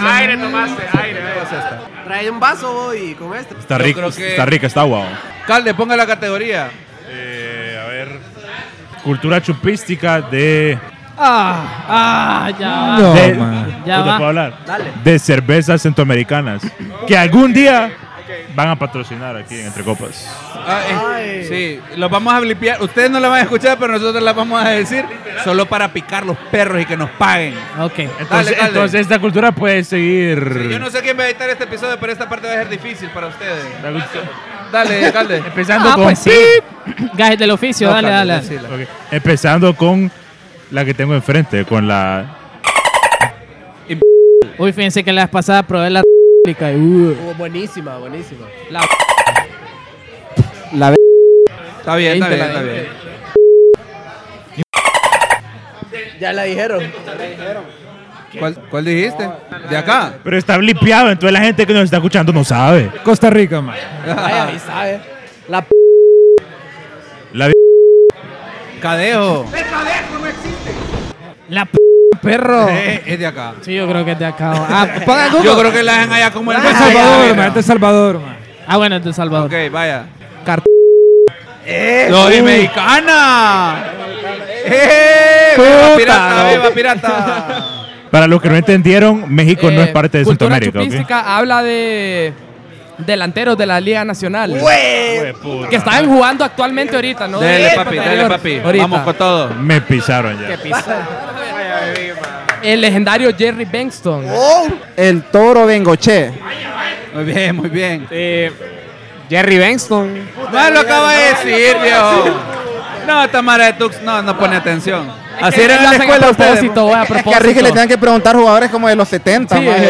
E: Trae un vaso voy, y con este.
B: Está,
A: Yo
B: rico,
A: creo que-
B: está rica, está guau.
A: Alcalde, ponga la categoría.
B: Eh, a ver. Cultura chupística de.
C: Ah, ah, ya.
I: No,
B: de-
I: Oh, man.
C: Ya
B: ¿No te
C: va.
B: puedo hablar? De cervezas centroamericanas. Que algún día van a patrocinar aquí en Entre Copas.
A: Ah, eh, sí, los vamos a blipear. Ustedes no la van a escuchar, pero nosotros la vamos a decir solo para picar los perros y que nos paguen.
C: Ok.
A: Dale,
B: Entonces,
A: dale.
B: entonces esta cultura puede seguir.
A: Yo no sé quién va a editar este episodio, pero esta parte va a ser difícil para ustedes. Dale, alcalde.
B: Empezando
C: Ah,
B: con.
C: pues sí. Gajes del oficio,
A: No,
C: dale,
A: Carlos,
C: dale.
A: decila.
B: Ok, Empezando con la que tengo enfrente, con la...
C: Uy, fíjense que la vez pasada probé la rica y, uh,
E: Oh, buenísima, buenísima.
C: la-
A: Está bien, está bien,
C: Veinte,
A: está
C: veinte.
A: bien.
E: Ya la dijeron.
A: ¿Cuál, cuál dijiste? ¿De acá?
B: Pero está blipeado, entonces la gente que nos está escuchando no sabe.
I: Costa Rica, man.
A: Ah,
E: Ay, ahí sabe. La p
B: La
A: Cadejo.
C: la p perro.
A: Eh, es de acá.
C: Sí, yo creo que es de acá. Ah, pongan Google.
A: Yo creo que la dejan allá como el
I: De El Salvador, man. De Salvador, man.
C: Ah, bueno, es de El Salvador.
A: Ok, vaya.
C: Cart-
A: ¡Eh! ¡Soy mexicana! ¡Eh! ¡Viva pirata! ¡Viva pirata!
B: Para los que no entendieron, México no es
F: Eh,
B: parte de
F: cultura
B: Centroamérica, ¿ok?
F: chupística habla de delanteros de la Liga Nacional. Que
I: Eh,
B: Que está-
F: están jugando actualmente ahorita, ¿no?
A: Dale,
C: Eh,
F: Del
A: papi,
F: anterior.
A: dale, papi.
F: Ahorita.
A: Vamos con todo.
B: Me pisaron ya.
F: El legendario Jerry Bengston.
G: El toro Bengoche.
A: Muy bien, muy bien.
D: Eh, Jerry Bengston.
A: No lo acaba de decir, viejo. No, Tamara de Tux, no, no pone atención. Así
F: que
A: era en
F: lo
A: la
F: hacen a
A: escuela ustedes.
F: propósito, voy a
G: Es que a Ricky
F: propósito.
G: le tengan que preguntar jugadores como de los 70,
F: Sí,
G: maje.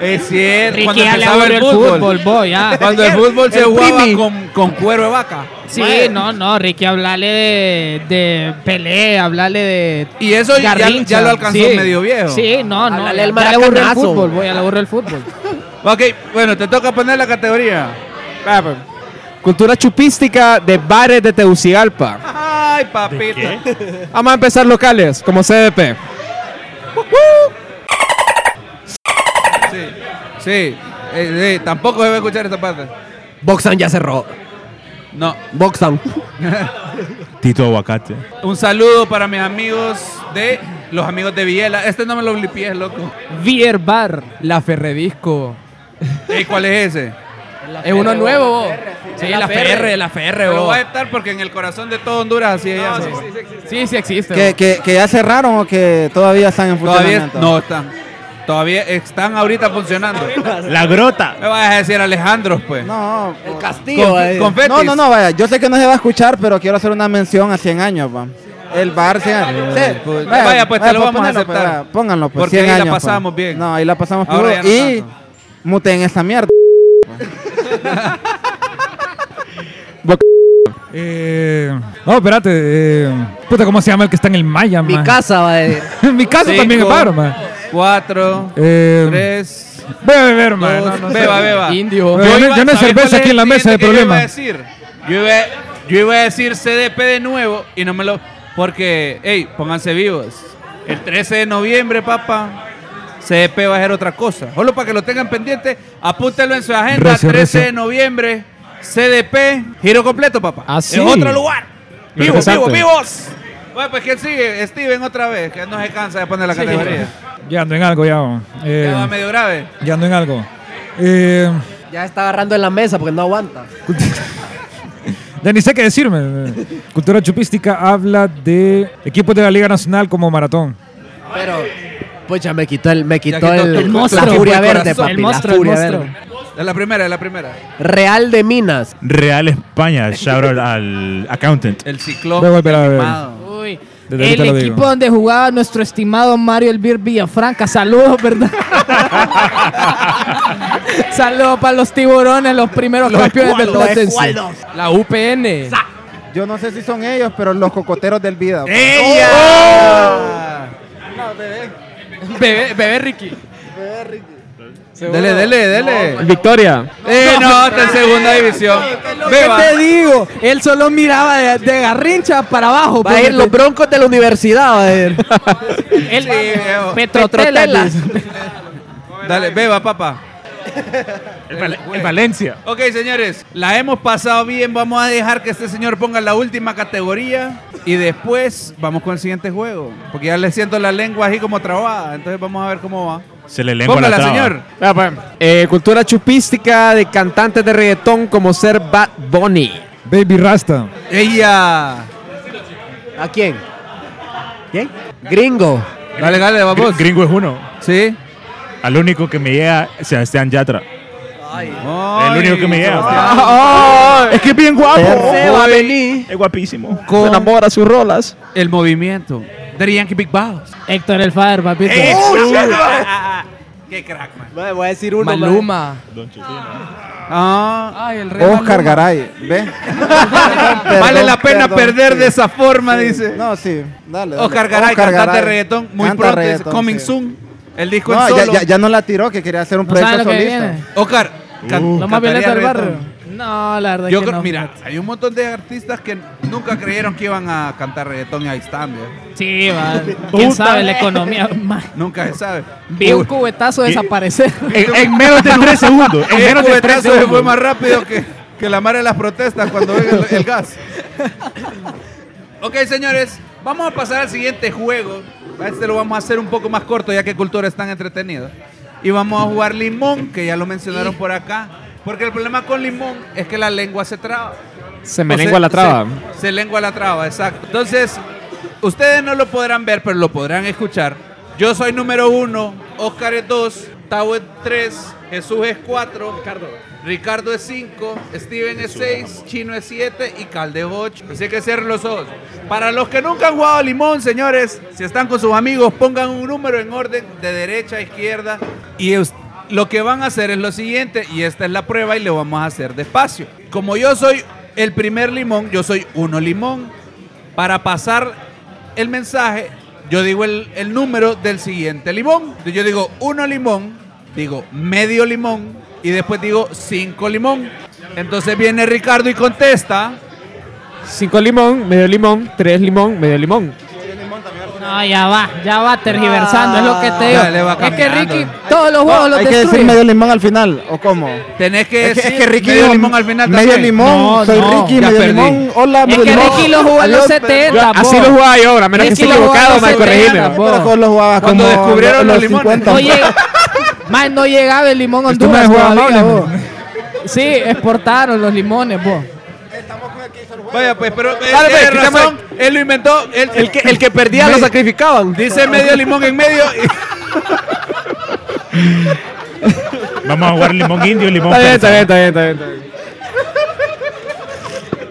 A: Es cierto,
C: Ricky
A: cuando
C: ya le
A: empezaba
C: abrió
A: el fútbol.
C: boy, ya.
A: Cuando el fútbol se
G: El
A: jugaba
G: primi.
A: con, con cuero de vaca.
C: Sí, no, no, Ricky, hablarle de, de Pelé, hablarle de.
A: Y eso ya-
C: Garrincha.
A: ya lo alcanzó
C: Sí.
A: medio viejo.
C: Sí, no, no.
E: Háblale
C: ya-
E: al
C: ya le aburre el
E: maracanazo.
C: fútbol, voy, ya le aburre el fútbol.
A: Ok, bueno, te toca poner la categoría.
D: Va, pues. Cultura chupística de bares de Tegucigalpa.
A: Ay, papita.
D: Vamos a empezar locales, como CDP.
A: Sí, sí, eh, sí, tampoco debe escuchar esta parte.
E: Boxan ya cerró.
A: No.
E: Boxan.
B: Tito Aguacate.
A: Un saludo para mis amigos de los amigos de Viela. Este no me lo blipies, loco.
F: Vier Bar, la Ferredisco.
A: ¿Y cuál es ese?
F: Es uno nuevo, vos. Sí, la FR, la FR,
A: Pero
F: vos.
A: voy a estar porque en el corazón de todo Honduras así es. eso.
F: Sí, sí existe.
G: que,
F: vos.
G: que, que ya cerraron o que todavía están en
A: Todavía
G: funcionamiento.
A: no están. Todavía están ahorita funcionando. Me
B: La grota.
A: vas a decir Alejandro, pues.
G: No,
E: El
G: pues.
E: castillo.
A: Con- con-
E: eh.
A: Confetis.
G: no, no, no, vaya. Yo sé que no se va a escuchar, pero quiero hacer una mención a 100 años, va. El bar 100 años. Sí,
A: pues, vaya, pues, te lo vamos a
G: pónganlo,
A: aceptar.
G: pues, vaya, pónganlo, pues.
A: Porque
G: 100
A: ahí la
G: años, pues.
A: pasábamos bien.
G: No, ahí la pasamos
A: Ahora
G: puro.
A: ya no
G: y
A: tanto.
G: muten esa mierda.
I: Eh, no, espérate. eh, puta, ¿cómo se llama el que está en el Maya,
E: Mi
I: man?
E: casa va a decir.
I: Mi casa también es
A: Cinco,
I: bar, man.
A: Cuatro,
I: Eh,
A: tres,
I: voy a beber, man.
A: dos,
I: no, no sé.
A: beba, beba.
F: Indio.
I: Yo no- yo no hay
A: ¿sabes cuál
I: cerveza
A: es
I: aquí en la
A: el
I: mesa,
A: siguiente
I: el
A: que yo
I: problema.
A: iba a decir? Yo iba, yo iba a decir CDP de nuevo y no me lo. Porque, hey, pónganse vivos. El 13 de noviembre, papá, CDP va a ser otra cosa. Solo para que lo tengan pendiente, apúntenlo en su agenda.
I: Recio,
A: 13 de
I: recio.
A: novedad, CDP, giro completo, papá.
I: Ah, sí.
A: En otro lugar. Vivos,
I: Interesante.
A: vivos, vivos. Bueno, pues ¿quién sigue? Steven otra vez, que no se cansa de poner la categoría.
I: Ya ando en algo, ya. man. Eh,
A: Ya va medio grave.
I: ya ando en algo. Eh,
E: Ya está agarrando en la mesa porque no aguanta.
I: ya ni sé qué decirme. Cultura chupística habla de equipos de la Liga Nacional como maratón.
E: Pero, pues ya me quitó el, me quitó
A: quitó
E: el,
A: tu- tu-
E: la
A: monstruo.
E: furia
A: tu
E: verde,
A: corazón.
E: papi.
C: El monstruo,
E: la
C: el
E: furia
C: monstruo.
E: verde.
A: Es la primera, es la primera.
E: Real de Minas.
B: Real España. Shout out al accountant.
A: El ciclón.
I: Voy a volver a beber.
A: animado.
C: Uy.
I: Desde ahorita
C: el
I: lo
C: equipo
I: digo.
C: donde jugaba nuestro estimado Mario Elvir Villafranca. Saludos, ¿verdad? Saludos para los tiburones, los primeros campeones del Platense.
F: La UPN.
G: Yo no sé si son ellos, pero los cocoteros del vida. pues.
F: Bebé, bebé Ricky.
A: Dele, dele, dele.
D: Victoria.
A: Eh, no, está en segunda división.
C: ¿Qué
A: Beba.
C: te digo? Él solo miraba de, de garrincha para abajo.
E: Va a ir los broncos de la universidad, va a ir.
C: Él-
A: veo.
C: Petrotela.
E: Petrotelas.
A: Dale, beba, papá.
B: En Valencia.
A: Ok, señores, la hemos pasado bien. Vamos a dejar que este señor ponga la última categoría y después vamos con el siguiente juego. Porque ya le siento la lengua así como trabada. Entonces vamos a ver cómo va.
B: Se le lengua
A: Póngala,
B: la traba.
A: señor.
D: Ah, pues. Eh, cultura chupística de cantantes de reggaetón como ser Bad Bunny.
I: Baby Rasta.
A: Ella.
E: ¿A quién? ¿Quién? Gringo.
A: Dale, dale,
B: Gr-
A: vamos.
B: Gringo es uno.
A: Sí.
B: Al único que me llega, Sebastián Yatra. el único que me llega.
D: Ay,
B: Es que es bien guapo.
E: Se va a venir.
B: Es guapísimo.
D: Se enamora sus rolas.
A: El movimiento. The Yankee Big Boss.
C: Héctor el Father, papito.
B: ¡Eh!
A: Qué crack, man.
E: Mae, Voy a decir uno. mae.
F: Maluma.
B: Don Chefino.
G: Ah,
F: Ay, el rey.
G: Oscar Garay, ¿ve?
A: Vale la pena perder de esa forma, dice.
G: No, sí, dale. dale.
A: Oscar Garay,
G: Oscar
A: cantante
G: Garay.
A: de reggaetón. Muy
G: Canta
A: pronto, es
G: reggaetón,
A: Coming
G: sí.
A: Soon. El disco
G: No,
A: en
G: ya,
A: solo.
G: ya, ya no la tiró, que quería hacer un
F: No sabe
G: proyecto
F: lo que
G: solista.
F: viene.
A: Oscar, can-
B: Uh.
C: Lo más violento del
A: cantaría
C: barrio.
A: reggaetón.
C: No, la verdad
A: Yo
C: que
A: creo-
C: no.
A: mira, hay un montón de artistas que nunca creyeron que iban a cantar reggaetón y ahí están, ¿ve?
C: Sí, va. ¿Quién sabe la economía? ma.
A: Nunca se sabe.
C: Vi un
A: Uy,
C: cubetazo desaparecer.
B: En, en menos de tres segundos. En
A: el
B: menos de tres
A: cubetazo se fue
B: segundos.
A: más rápido que, que la madre de las protestas cuando ven el, el gas. ok, señores, vamos a pasar al siguiente juego. A Este lo vamos a hacer un poco más corto ya que Cultura es tan entretenido. Y vamos a jugar limón, que ya lo mencionaron por acá. Porque el problema con limón es que la lengua se traba.
D: Se me
A: O sea,
D: lengua la traba.
A: Se, se lengua la traba, exacto. Entonces, ustedes no lo podrán ver, pero lo podrán escuchar. Yo soy número uno, Oscar es dos, Tau es tres, Jesús es cuatro, Ricardo, es cinco, Steven es seis, Chino es siete y Calde es ocho. Así que cierren los ojos. Para los que nunca han jugado a limón, señores, si están con sus amigos, pongan un número en orden de derecha a izquierda y us- lo que van a hacer es lo siguiente, y esta es la prueba y lo vamos a hacer despacio. Como yo soy el primer limón, yo soy uno limón. Para pasar el mensaje, yo digo el, el número del siguiente limón. Entonces, Yo digo uno limón, digo medio limón y después digo cinco limón. Entonces viene Ricardo y contesta.
D: Cinco limón, medio limón, tres limón, medio limón.
C: No, ya va, ya va tergiversando, es lo que te
A: Ya le va
C: digo. Es que
A: cambiando.
C: Ricky, todos los juegos los
G: Hay que decir
C: destruye.
G: medio limón al final, ¿o cómo?
A: Tenés que
G: Es que,
A: decir
G: es que Ricky
A: medio
G: dijo,
A: limón al final
G: Medio
A: también.
G: limón,
C: No,
G: soy
C: no,
G: Ricky,
A: ya
G: medio
A: perdí.
G: limón. Hola,
C: Es
G: medio
C: que
G: limón.
C: Ricky lo jugó en
G: Adiós,
C: los
G: pero-
C: 70,
D: Así
C: po.
D: lo jugaba yo, a menos que
C: Ricky
D: esté
C: lo jugaba
D: equivocado,
C: en
D: mal
C: los
D: corregime.
C: 70, po.
G: Pero con los jugabas
A: Cuando
G: como
A: descubrieron los limones.
G: 50.
C: Oye, más no llegaba el limón a
I: Esto me
C: Honduras
I: juega
C: todavía,
I: amable,
C: vos. Sí, exportaron los limones, vos.
A: Vaya, pues, pero eh,
D: Dale,
A: tiene
D: pues, quítame-
A: razón, él lo inventó. Él,
E: El que, el que perdía lo sacrificaban.
A: dice medio limón en medio. y-
B: Vamos a jugar limón indio, limón
D: Está bien,
B: persa.
D: está bien, está bien, está bien, está bien.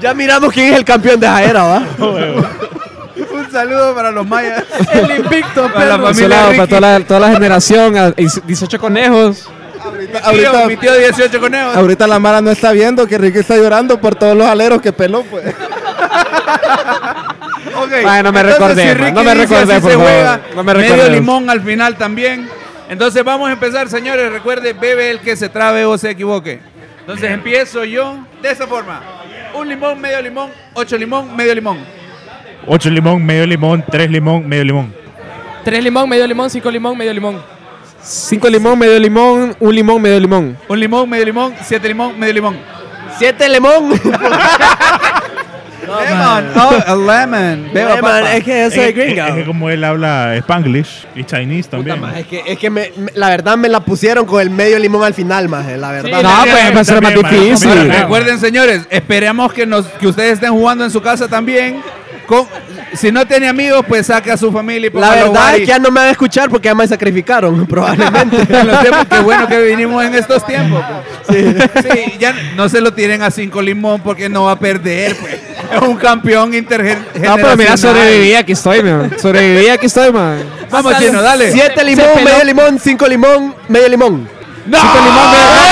E: Ya miramos quién es el campeón de esa era, ¿va?
A: Un saludo para los mayas.
C: El invicto,
A: Para la
C: perro.
D: Un
A: familia
D: saludo para
A: Ricky.
D: toda la, toda la generación, a- 18 conejos.
A: Tío, mi
G: Ahorita,
A: tío 18 conejos.
G: ahorita la Mara no está viendo que Ricky está llorando por todos los aleros que peló, pues.
A: Ok,
D: Ay, no me
A: entonces, si
D: recordé, man,
A: Ricky
D: no me
A: dice
D: recordé,
A: así
D: por
A: se
D: favor.
A: juega,
D: No me
A: medio
D: recordé.
A: limón al final también. Entonces vamos a empezar, señores. Recuerde, bebe el que se trabe o se equivoque. Entonces empiezo yo de esa forma. Un limón, medio limón, ocho limón, medio limón.
B: Ocho limón, medio limón, tres limón, medio limón.
F: Tres limón, medio limón, cinco limón, medio limón.
D: Cinco limón, medio limón, un limón, medio limón.
A: Un limón, medio limón, siete limón, medio limón.
E: Siete lemón.
D: Ah.
A: lemon, oh, a lemon. Beba,
E: Eh, Man,
A: papa.
E: es que eso es
B: que,
E: gringo.
B: es que como él habla spanglish y chinese
E: Puta,
B: también.
E: maje, es que, es que me- me- la verdad me la pusieron con el medio limón al final, maje, la verdad.
D: No, pues va a ser más
B: También, man,
D: difícil.
B: también.
A: Recuerden, señores, esperemos que, nos, que ustedes estén jugando en su casa también. Con- si no tiene amigos, pues saque a su familia y
E: La
A: póngalo
E: verdad
A: guari.
E: es que ya no me van a escuchar porque ya me sacrificaron, probablemente.
A: En los tiempos, qué bueno que vinimos en estos tiempos. pues. Sí, ya no se lo tiren a cinco limón porque no va a perder. pues. Es un campeón intergeneracional.
D: No,
E: Ah,
D: pero mira, sobreviví, aquí estoy, man. Sobreviví, aquí estoy, man.
A: Vamos, chino, dale.
E: Siete limón,
C: peló.
E: medio limón, cinco limón, medio limón.
D: Cinco limón, medio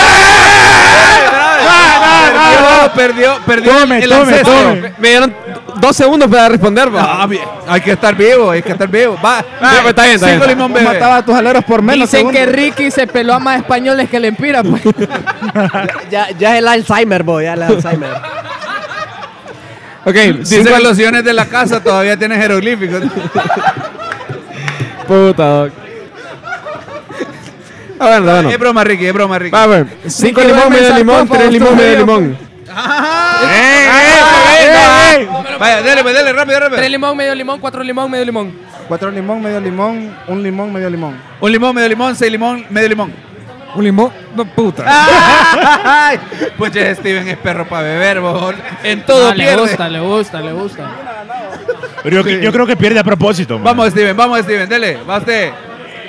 A: Ah, Perdió, perdió, perdió
D: Tome,
A: el
D: tome,
A: ancestro.
D: tome. Me dieron dos segundos para responder, man.
A: Ah, bien. Hay que estar vivo, hay que estar vivo. Va,
D: pues está bien, está
A: cinco
D: bien.
A: limón
G: Vos
A: bebé.
G: matabas a tus aleros por menos.
C: Dicen que
G: segundos.
C: Ricky se peló a más españoles que le empira, pues.
E: Ya, ya es el Alzheimer, boy, ya el Alzheimer.
D: Ok,
A: Dice
D: cinco
A: que los iones de la casa todavía tienen jeroglíficos.
D: Puta, doc. Ah, bueno, está bueno.
A: Es broma, Ricky, es broma, Ricky.
D: Va, bueno. Cinco
C: que
D: limón,
C: duerme en
D: medio limón,
C: sarcófago,
D: tres limón,
C: tú,
D: medio
C: amigo.
D: limón.
A: Eh, Vaya, dele, pues, dele, rápido,
F: Tres
A: rápido.
F: limón, medio limón, cuatro limón, medio limón.
G: Cuatro limón, medio limón, un limón, medio limón.
A: Un limón, medio limón, seis limón, medio limón.
I: Un limón. No, puta.
A: Ay, pues ya Steven es perro para beber, vos. En todo
C: No, le
A: pierde.
C: gusta, le gusta, le gusta.
B: Pero yo, yo creo que pierde a propósito. man.
A: Vamos, Steven, vamos, Steven, dele, va usted.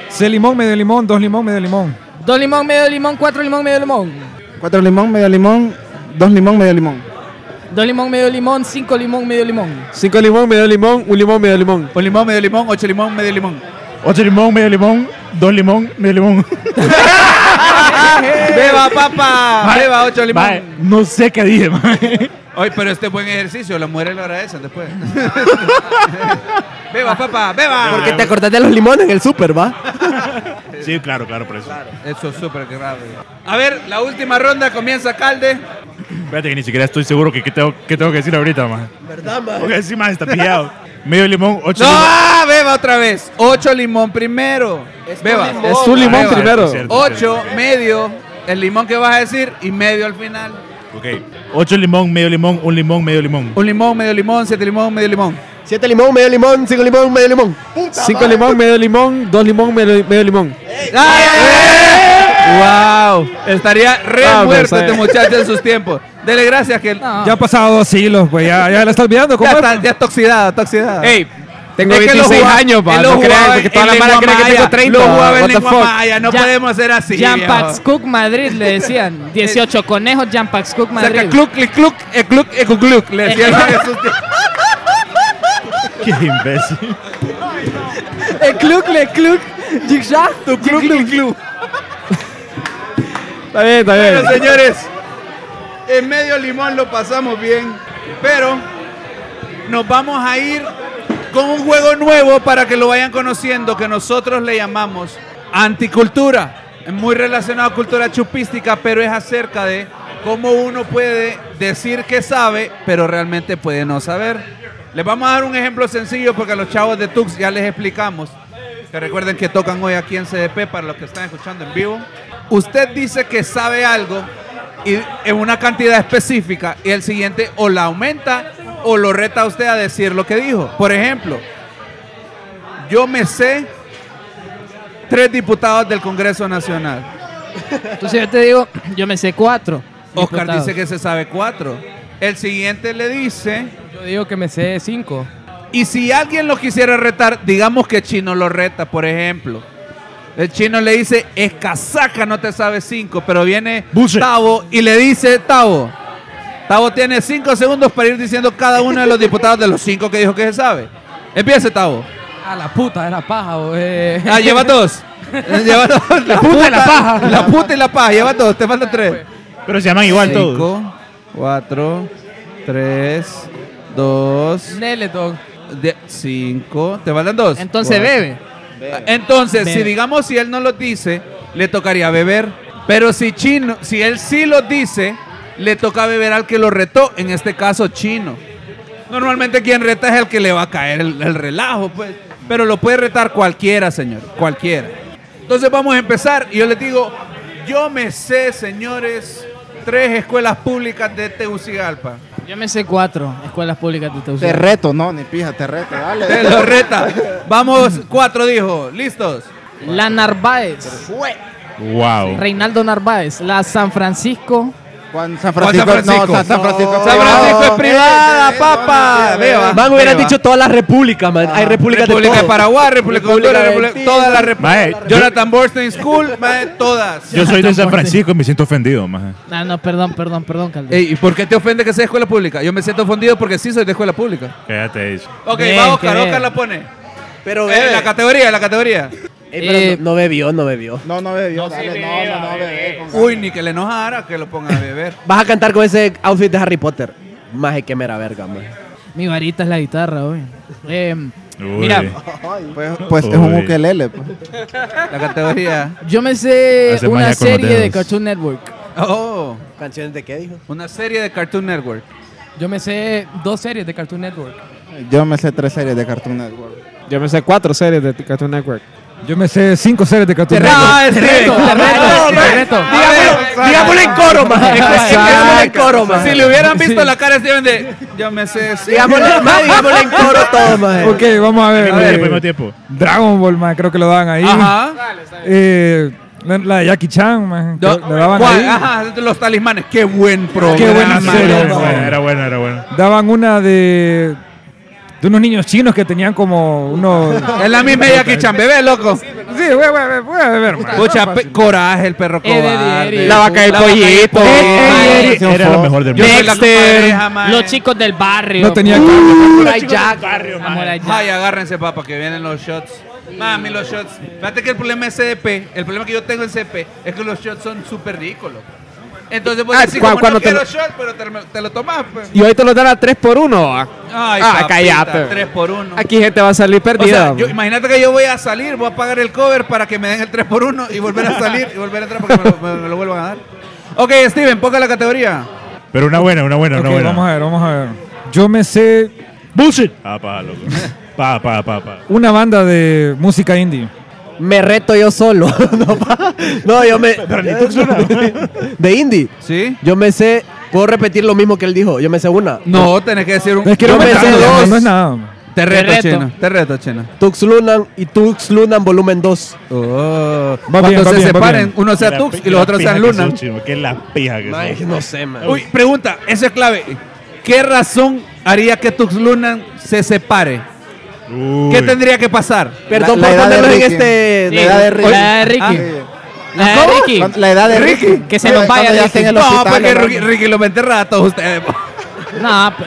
I: Seis limón, medio limón, dos limón, medio limón.
C: Dos limón, medio limón, cuatro limón, medio limón.
G: Cuatro limón, medio limón, dos limón, medio limón.
C: Dos limón, medio limón, cinco limón, medio limón.
D: Cinco limón, medio limón, un limón, medio limón.
A: Un limón, medio limón, ocho limón, medio limón.
B: Ocho limón, medio limón, dos limón, medio limón.
A: Beba, papa.
B: Mae,
A: Beba, ocho limón.
B: mae, no sé qué dije, mae.
A: Oye, pero este es buen ejercicio, las mujeres lo agradecen después. beba, papá, beba.
E: Porque te acordás de los limones en el súper, ¿va?
B: Sí, claro, claro, por eso.
A: Eso es súper grave. A ver, la última ronda comienza Calde.
B: Fíjate que ni siquiera estoy seguro que qué tengo, qué tengo que decir ahorita, mae.
E: ¿Verdad, ma?
B: Porque encima está pillado. Medio limón, ocho
A: No, ah,
B: limón.
A: beba otra vez. Ocho limón primero. beba.
D: Es tu limón
A: Beba.
D: primero.
B: Es cierto, es cierto.
A: Ocho, medio, el limón que vas a decir y medio al final.
B: Ok. Ocho limón, medio limón, un limón, medio limón.
A: Un limón, medio limón, siete limón, medio limón.
E: Siete limón, medio limón, cinco limón, medio limón.
D: Cinco limón, medio limón, dos limón, medio, medio limón.
A: ¡Wow! ¡Ah! Estaría re
D: Ah,
A: muerto
D: pues,
A: este
D: eh.
A: muchacho en sus tiempos. Dele gracias que
C: No.
I: Ya ha pasado dos hilos, pues
D: Ah,
I: ya, ya la estás olvidando. ¿Cómo
A: ya,
I: es?
A: está, ya está oxidada, está oxidada.
F: Ey, tengo
A: Es que lo
F: 26
A: jugaba-
F: años, pa.
A: él
F: No
A: lo jugaba
F: crean, porque
A: en
F: toda la mara
A: lengua
F: cree que tengo
A: maya,
F: 30.
A: Lo jugaba en
F: What the
A: lengua
F: fuck?
A: maya, no
C: Ya-
A: podemos hacer así.
C: Jan
A: viejo.
C: Pax Cook Madrid le decían. 18 conejos Jan Pax Cook
A: Saca
C: Madrid.
A: cluc, clic, cluc, e cluc, e cluc, cluc.
C: eh,
A: Le decía yo en sus tiempos.
B: Qué imbécil.
A: eh,
C: El club, le club. Jigsaw. Tu club,
D: Está bien, está bien.
A: Bueno, señores, en medio limón lo pasamos bien, pero nos vamos a ir con un juego nuevo para que lo vayan conociendo, que nosotros le llamamos anticultura. Es muy relacionado a cultura chupística, pero es acerca de cómo uno puede decir que sabe, pero realmente puede no saber. Les vamos a dar un ejemplo sencillo porque a los chavos de Tux ya les explicamos. Que recuerden que tocan hoy aquí en CDP para los que están escuchando en vivo. Usted dice que sabe algo y en una cantidad específica y el siguiente o la aumenta o lo reta a usted a decir lo que dijo. Por ejemplo, yo me sé tres diputados del Congreso Nacional.
C: Entonces yo te digo, yo me sé cuatro.
A: Oscar
C: diputados.
A: dice que se sabe cuatro. El siguiente le dice,
F: Yo digo que me sé 5.
A: y si alguien lo quisiera retar, digamos que Chino lo reta, por ejemplo. El chino le dice, es casaca, no te sabe cinco, pero viene
B: Bullshit.
A: Tavo y le dice, Tavo, Tavo tiene cinco segundos para ir diciendo cada uno de los diputados de los cinco que dijo que se sabe. Empiece, Tavo.
F: A la puta, era paja, bo, eh.
A: Ah, lleva dos. lleva dos. La puta y la paja. La puta y la paja. Lleva dos. Te faltan
F: Pues,
A: tres.
B: Pero se llaman igual todos.
A: Cinco, cuatro, tres, dos,
F: Nele, dog.
A: de- cinco. Te faltan dos.
C: Entonces
A: Cuatro.
C: bebe.
A: Entonces,
C: Bebe.
A: si digamos si él no lo dice, le tocaría beber. Pero si chino, si él sí lo dice, le toca beber al que lo retó, en este caso chino. Normalmente quien reta es el que le va a caer el, el relajo, pues. Pero lo puede retar cualquiera, señor, cualquiera. Entonces vamos a empezar y yo les digo, yo me sé, señores, tres escuelas públicas de Tegucigalpa.
C: Yo me sé cuatro escuelas públicas de
G: Te
C: Teucel.
G: reto, no, ni pija, te reto,
A: Te
G: dale.
A: lo reta. Vamos, cuatro dijo, listos.
C: La Narváez.
B: Wow.
C: Reinaldo Narváez. La San Francisco.
G: Juan San Francisco,
A: Juan San Francisco.
G: no, San- San Francisco.
A: San Francisco es privada,
G: Eh,
A: papa.
G: eh,
A: Beba.
E: Man, hubiera
A: Beba.
E: dicho todas las repúblicas, man. Hay repúblicas de
A: Ah, República de
E: todo.
A: Paraguay, República de Honduras,
E: República de
A: República- todas las
B: Mae,
A: repúblicas. Jonathan Borstein School, mae, todas.
B: Yo soy de San Francisco y me siento ofendido, mae.
C: Ah, no, perdón, perdón, perdón, Calderón.
A: Ey, ¿Y por qué te ofende que sea escuela pública? Yo me siento ofendido porque sí soy de escuela pública.
B: Quédate eso.
A: Ok,
C: Bien,
A: va Oscar,
C: qué bien.
A: Oscar la pone.
E: Pero
A: Eh,
E: bebe.
A: la categoría, la categoría.
E: Ey, pero
C: Eh,
E: no, no bebió, no bebió.
G: No, no bebió, dale, no, no, no bebió.
A: Uy, ni que le enojara que lo ponga a beber.
E: Vas a cantar con ese outfit de Harry Potter. Maje, qué mera verga, man.
C: Mi varita es la guitarra, hoy.
B: Uy.
C: mira,
G: Pues, pues es un
B: Uy.
G: ukelele. pues.
A: La categoría.
C: yo me sé
B: Hace magia
C: una
B: con los
C: serie de
B: dedos.
C: Cartoon Network.
A: Oh,
E: ¿Canciones de qué dijo?
A: una serie de Cartoon Network.
F: Yo me sé dos series de Cartoon Network.
G: Yo me sé tres series de Cartoon Network.
D: Yo me sé cuatro series de Cartoon Network.
I: Yo me sé cinco series de Cartoon Network.
A: Ah, es
C: reto,
A: bien.
C: te reto,
A: Ah,
C: te
A: bien.
C: reto.
A: Digámoslo,
E: Digámoslo en coro, maje. Digámoslo en coro, maje.
A: Si le hubieran visto la cara a Steven de. Yo me sé. sí".
E: Digámoslo, maje, digámoslo en coro todo, maje.
I: Ok, vamos a ver.
B: Al
I: eh,
B: mismo pues tiempo.
I: Dragon Ball, man, creo que lo daban ahí.
A: Ajá.
I: Eh, la, la de Jackie Chan, man, que
A: Do-
I: lo daban
A: ¿Cuál?
I: ahí.
A: Ajá, los talismanes. Qué buen programa.
I: Qué buena serie,
B: Era bueno, era bueno.
I: Daban una de de unos niños chinos que tenían como unos...
A: Es la misma ella que Chambebé, loco.
I: Sí, voy a beber, voy a beber, man.
A: Pucha, pe- coraje, el perro
F: Eh, de
A: cobarde.
F: Dieri.
A: La vaca del
I: Eh,
A: pollito. eh,
B: Ey, ey, Era lo mejor del
A: Yo
B: mundo.
A: soy la compadre, jamás.
F: Los chicos del barrio.
I: No tenía
E: Ay, Jack.
F: Samurai Jack.
A: Ay, agárrense, papá, que vienen los shots. Mami, los shots. Fíjate que el problema es CDP. El problema que yo tengo en CDP es que los shots son súper ricos, loco. Entonces, vos
D: Ah,
A: decís,
D: cu-
A: como
D: cuando
A: no
D: te
A: quiero
D: lo-
A: shots, pero te, lo- te lo tomás, pues.
D: Y hoy te lo dan a 3 por 1
A: Ay,
D: Ah,
A: papita,
D: cállate.
A: Tres por uno.
D: Aquí gente va a salir
A: O
D: perdida.
A: sea, yo- imagínate que yo voy a salir, voy a pagar el cover para que me den el 3x1 y volver a salir y volver a entrar porque me lo, me- me lo vuelvan a dar. Ok, Steven, ponga la categoría.
B: Pero una buena, una buena, una
I: Ok,
B: buena.
I: vamos a ver, vamos a ver. Yo me sé
B: ¡Bullshit! Ah, pa, loco. Pa, pa, pa, pa.
I: una banda de música indie.
E: Me reto yo solo. no, pa. No, yo me. de indie.
A: ¿Sí?
E: Yo me sé. Puedo repetir lo mismo que él dijo. Yo me sé una.
A: No, tenés que decir un.
I: Es que
E: Yo
I: no, me
E: me sé
I: tardo,
E: dos.
I: no es nada. man.
A: Te reto,
F: reto.
A: Chino. Te reto, Chino.
E: Tux Lunan y Tux Lunan volumen 2.
A: Oh.
I: Va
A: Cuando
I: bien, va
A: se
I: bien, va
A: separen,
I: bien.
A: uno sea
B: La
A: Tux
B: pi-
A: y los
B: la
A: otros
B: pija
A: sean
B: que
A: Luna.
B: sos, chino, Qué la pija que son.
E: no sé, man.
A: Uy, pregunta, eso es clave. ¿Qué razón haría que Tux Luna se separe?
B: Uy.
A: ¿Qué tendría que pasar?
E: Perdón
G: La-
E: por
G: la edad de
E: ponerlo en
G: Ricky.
E: este.
F: Sí,
G: La edad de Ricky. Ah,
F: La edad de Ricky. La edad de Ricky.
G: Cuando- La edad de Ricky.
F: Que se
G: Cuando-
F: nos vaya
G: cuando ya
F: Ricky.
G: esté en el
A: No,
G: hospital,
A: porque
G: hermano.
A: Ricky, Ricky lo va a enterrar a todos ustedes. po.
F: Nah, p-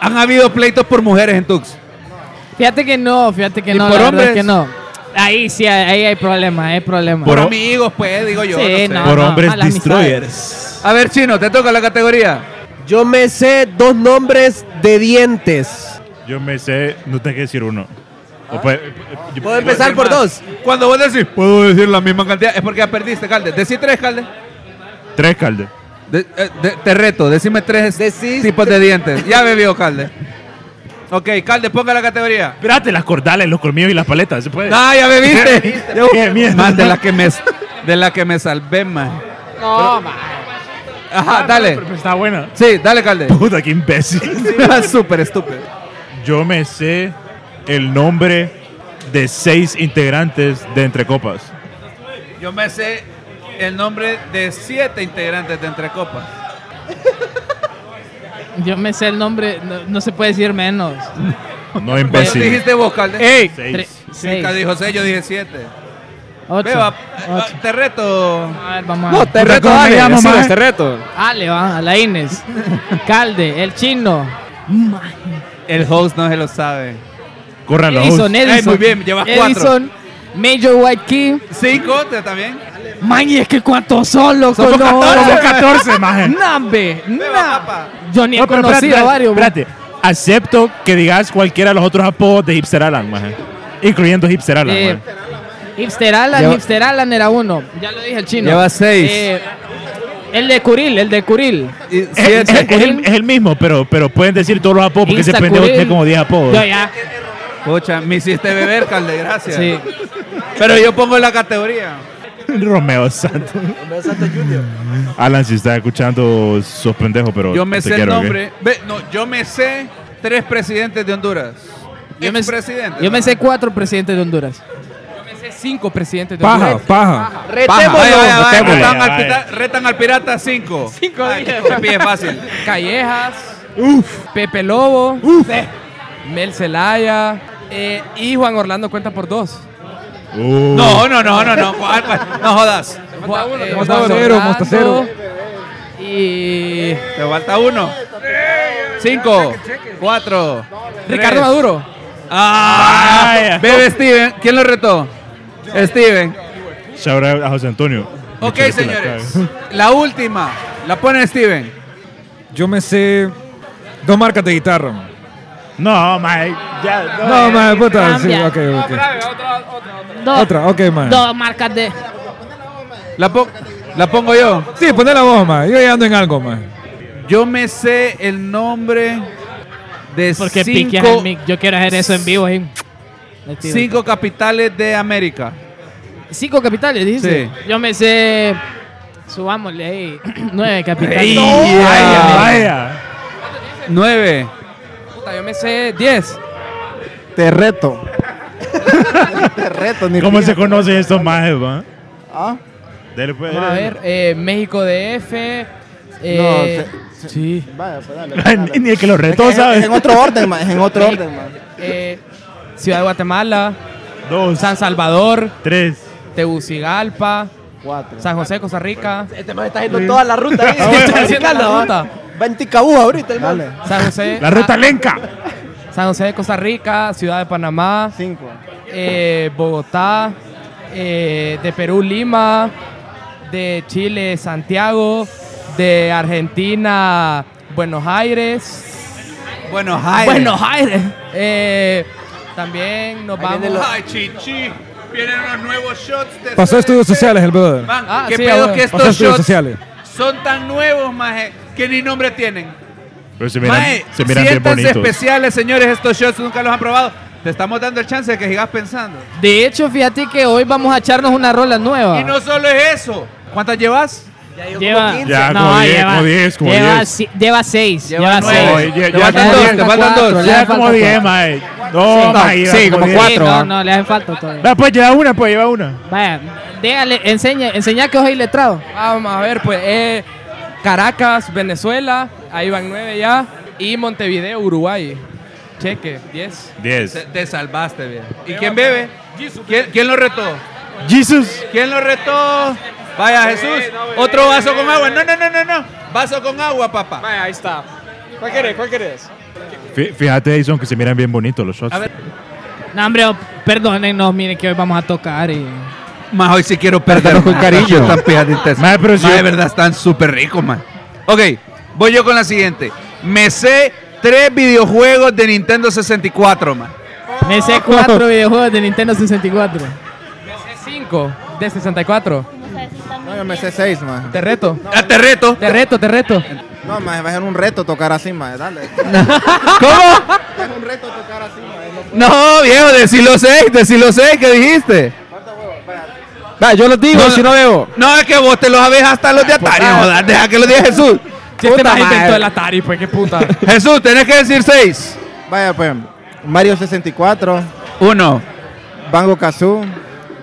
A: Han habido pleitos por mujeres en Tux.
F: fíjate que no, fíjate que
A: ¿Y
F: no.
A: por
F: la verdad
A: hombres?
F: que no. Ahí sí, ahí hay problemas, hay problemas.
A: Por
B: Por-
A: amigos, pues, digo yo.
F: Sí,
A: no sé.
F: no.
B: Por hombres
F: malas
B: destroyers.
A: A ver, Chino, te toca la categoría.
E: Yo me sé dos nombres de dientes.
B: Yo me sé, no tengo que decir uno. O puede- yo-
E: Puedo empezar por dos.
A: Cuando vos decís, puedo decir la misma cantidad, es porque ya perdiste, Calde. Decí tres, Calde.
B: Tres calde.
A: De- eh, de- te reto, decime tres
E: Decís
A: tipos de dientes. Ya bebió, Calde. Ok, Calde, ponga la categoría.
B: Espérate, las cordales, los colmillos y las paletas. ¿Se puede?
A: ¡Ah, ya bebiste!
B: Ya bebí. Qué mierda.
A: Más de la que me, de la que me salvé, más.
F: No, ma.
A: Ajá, dale.
B: Pero Está buena.
A: Sí, dale, Calde.
B: Puta, qué imbécil.
A: Súper estúpido.
B: Yo me sé el nombre de seis integrantes de Entre Copas.
A: Yo me sé el nombre de siete integrantes de Entre Copas.
F: Yo me sé el nombre, no, no se puede decir menos.
B: No
A: ¿Cuántos
B: imbécil.
A: dijiste vos, Calde?
B: ¡Ey!
F: Tres,
B: Eh, Seis.
F: seis,
A: Calde dijo seis, yo dije siete.
F: ocho.
A: Beba,
F: ocho.
A: te reto.
F: A ver, vamos a
D: no,
F: ver.
D: te reto,
I: ¿cómo me
D: dale,
I: llamo,
D: decinos,
I: maje?
D: te reto.
F: Ale, va, a la Inés. Calde, el chino. Ma-
A: El host no se lo sabe.
B: Corran los
F: Edison,
B: hosts.
F: Edison.
A: Ey, muy bien, llevas cuatro.
F: Edison, Major White Key.
A: Cinco, te también.
F: Man, y es que cuántos son, loco.
A: Somos
F: no,
A: 14.
B: Son 14, maje.
F: Nambe,
A: Beba,
F: na.
A: papa.
F: Yo ni he
B: No, pero
F: conocido a varios. bro.
B: espérate. Acepto que digas cualquiera de los otros apodos de Hipster Alan, maje. Incluyendo Hipster Alan,
F: Eh,
B: maje.
F: Hipster Alan,
D: Lleva-
F: Hipster Alan era uno. Ya lo dije el chino.
A: Lleva seis.
F: Eh, el de Curil, el de Curil.
A: Y
B: Es, es-
A: siete.
B: es el, es el mismo, pero, pero pueden decir todos los apodos porque ese
F: Insta
B: pendejo
F: Curil.
B: tiene como 10 apodos.
F: Yo ya.
A: Pucha, me hiciste beber, Calde, gracias.
F: Sí.
A: Pero yo pongo la categoría.
B: Romeo Santos. Romeo Santos Jr. Alan, si estás escuchando, sos pendejo, pero.
A: Yo me
B: te
A: sé el
B: quiero, ¿ok?
A: nombre. Ve, no, yo me sé tres presidentes de Honduras.
F: Yo me,
A: Expresidentes,
F: yo me
A: ¿no?
F: sé cuatro presidentes de Honduras. Yo me sé cinco presidentes de
I: Paja,
F: Honduras.
I: paja.
A: Vaya,
E: Retémoslo.
A: vaya, vaya,
B: Votémoslo.
A: retan,
B: Vaya,
A: al
B: vaya.
A: pita- retan al pirata cinco.
F: Cinco
A: Ay,
F: días.
A: te pide fácil.
F: Callejas. Pepe Lobo. eh, Mel Celaya. eh, y Juan Orlando cuenta por dos.
B: Uh,
A: No, no, no, no, no. ¿Cuál, cuál? No jodas.
F: Juan, eh, Juan
I: Mostacero,
F: Orlando
I: Mostacero.
F: Y
A: Te falta uno. Cinco. Cuatro.
F: Ricardo
A: tres.
F: Maduro.
A: Ah,
B: Vaya.
A: bebe Steven. ¿Quién lo retó? Steven.
B: Shout out a José Antonio.
A: Ok,
B: Mucho que te la
A: señores.
B: cague.
A: La última. La pone Steven.
I: Yo me sé dos marcas de guitarra. man.
B: No, Mike. Ya, no.
I: No, más puta. Sí,
F: Cambia.
I: ok, ok. Otra, ok, man.
F: Dos marcas de.
A: La, po- la pongo yo.
I: Sí, poné la voz, man. Yo ya ando en algo, man.
A: Yo me sé el nombre de
F: Porque piqueas el
A: cinco,
F: mic. Yo quiero hacer eso en vivo. ahí.
A: cinco capitales de América.
F: Cinco capitales, dice.
A: Sí.
F: Yo me sé. Subámosle ahí. Nueve capitales.
A: Ey,
B: Vaya,
A: vaya.
B: vaya.
A: Nueve.
F: Puta, yo me sé diez.
G: Te reto. Te reto, ni
B: ¿Cómo
G: pija.
B: se conocen estos majes, va?
G: Ah,
B: Dele, pues,
F: Vamos a
B: dele.
F: ver. eh, México DF. Eh,
G: se- se-
F: sí.
G: Vaya, pues dale.
B: Ni- Ni el que lo
G: Es que
B: retó,
G: es-
B: ¿sabes?
G: Es en otro orden, man. Es en otro orden, man.
F: eh, Ciudad de Guatemala,
B: Dos,
F: San Salvador,
B: tres.
F: Tegucigalpa,
G: Cuatro.
F: San José, Costa Rica.
E: Este man está haciendo toda la ruta ahí.
F: Está haciendo la
E: Va-
F: ruta.
E: Va en Ticabú ahorita el man.
G: Dale.
F: San José,
B: La ruta lenca.
F: San José de Costa Rica, Ciudad de Panamá,
G: Cinco.
F: eh, Bogotá, eh, de Perú, Lima, de Chile, Santiago, de Argentina, Buenos Aires.
A: Buenos Aires.
F: Buenos Aires. Eh, también nos vamos.
A: Ay, chichi. Vienen unos nuevos shots de.
I: Pasó estudios
A: suerte.
I: sociales el brother.
A: Man,
F: Ah,
A: qué
F: sí,
A: pedo
F: ah,
A: que
I: Pasó
A: estos
I: estudios
A: shots
I: sociales.
A: son tan nuevos, maje, que ni nombre tienen.
B: Pero se miran,
A: Mae,
B: se miran bien
A: siéntanse
B: bonitos.
A: especiales, señores, estos shots nunca los han probado. Te estamos dando el chance de que sigas pensando.
C: De hecho, fíjate que hoy vamos a echarnos una rola nueva.
A: Y no solo es eso. Ah. ¿Cuántas llevas?
J: Lleva,
B: Ya, como diez, como diez, como
J: lleva,
B: diez.
J: si- lleva seis. Lleva,
A: nueve.
J: seis.
B: Oye, ya-
J: Le
B: ya
J: faltan
B: como
J: dos,
B: diez,
J: le
B: te
C: Ah, faltan
J: cuatro,
C: dos.
J: le
B: Ya
J: faltan
B: como
J: cuatro.
B: 10, mae. No, mae. iba
D: sí, como
B: diez.
D: cuatro.
J: Sí, no, no, le hacen falta todavía.
B: Va, pues lleva una, pues lleva una.
J: Vaya, déjale, enseña, enseña que hoy letrado.
F: Vamos a ver, pues eh, Caracas, Venezuela, ahí van nueve ya. Y Montevideo, Uruguay. Cheque, diez.
B: 10.
A: Te, te salvaste, bien. ¿Y quién bebe? ¿Quién, quién lo retó?
B: Jesus.
A: ¿Quién lo retó? Vaya, Jesús. Otro vaso con agua. No, no, no, no, no. Vaso con agua, papá.
D: Ahí está. ¿Cuál querés? ¿Cuál querés?
B: Fí- Fíjate, Edison, que se miran bien bonitos los shots.
A: A ver.
J: No, hombre, oh, perdónennos, miren que hoy vamos a tocar. Y...
A: Más hoy sí quiero perder. con cariño. Están pegaditas.
B: Mae, pero si
A: Mae,
B: yo-
A: de verdad, están súper ricos, man. Ok, voy yo con la siguiente. Me sé tres videojuegos de Nintendo 64, man.
J: Me sé cuatro videojuegos de Nintendo 64.
F: Cinco de 64.
G: No, yo me sé seis, man.
F: Te reto,
A: Ah, te reto.
F: te reto, te reto.
G: No, man, va a ser un reto tocar así, man. Dale.
A: ¿Cómo?
G: Es un reto tocar así, man. No puedo.
A: No, viejo, decí los seis, decí los seis que dijiste.
D: Va, yo los digo,
A: No, no.
D: si no bebo.
A: No, es que vos te los sabés hasta los de Atari, joder, deja que los diga Jesús.
F: ¿Quién te
A: Puta
F: más este inventó
A: madre.
F: el Atari, pues qué puta?
A: Jesús, tenés que decir seis.
G: Vaya, pues. Mario 64,
A: Uno,
G: Bango Kazoo,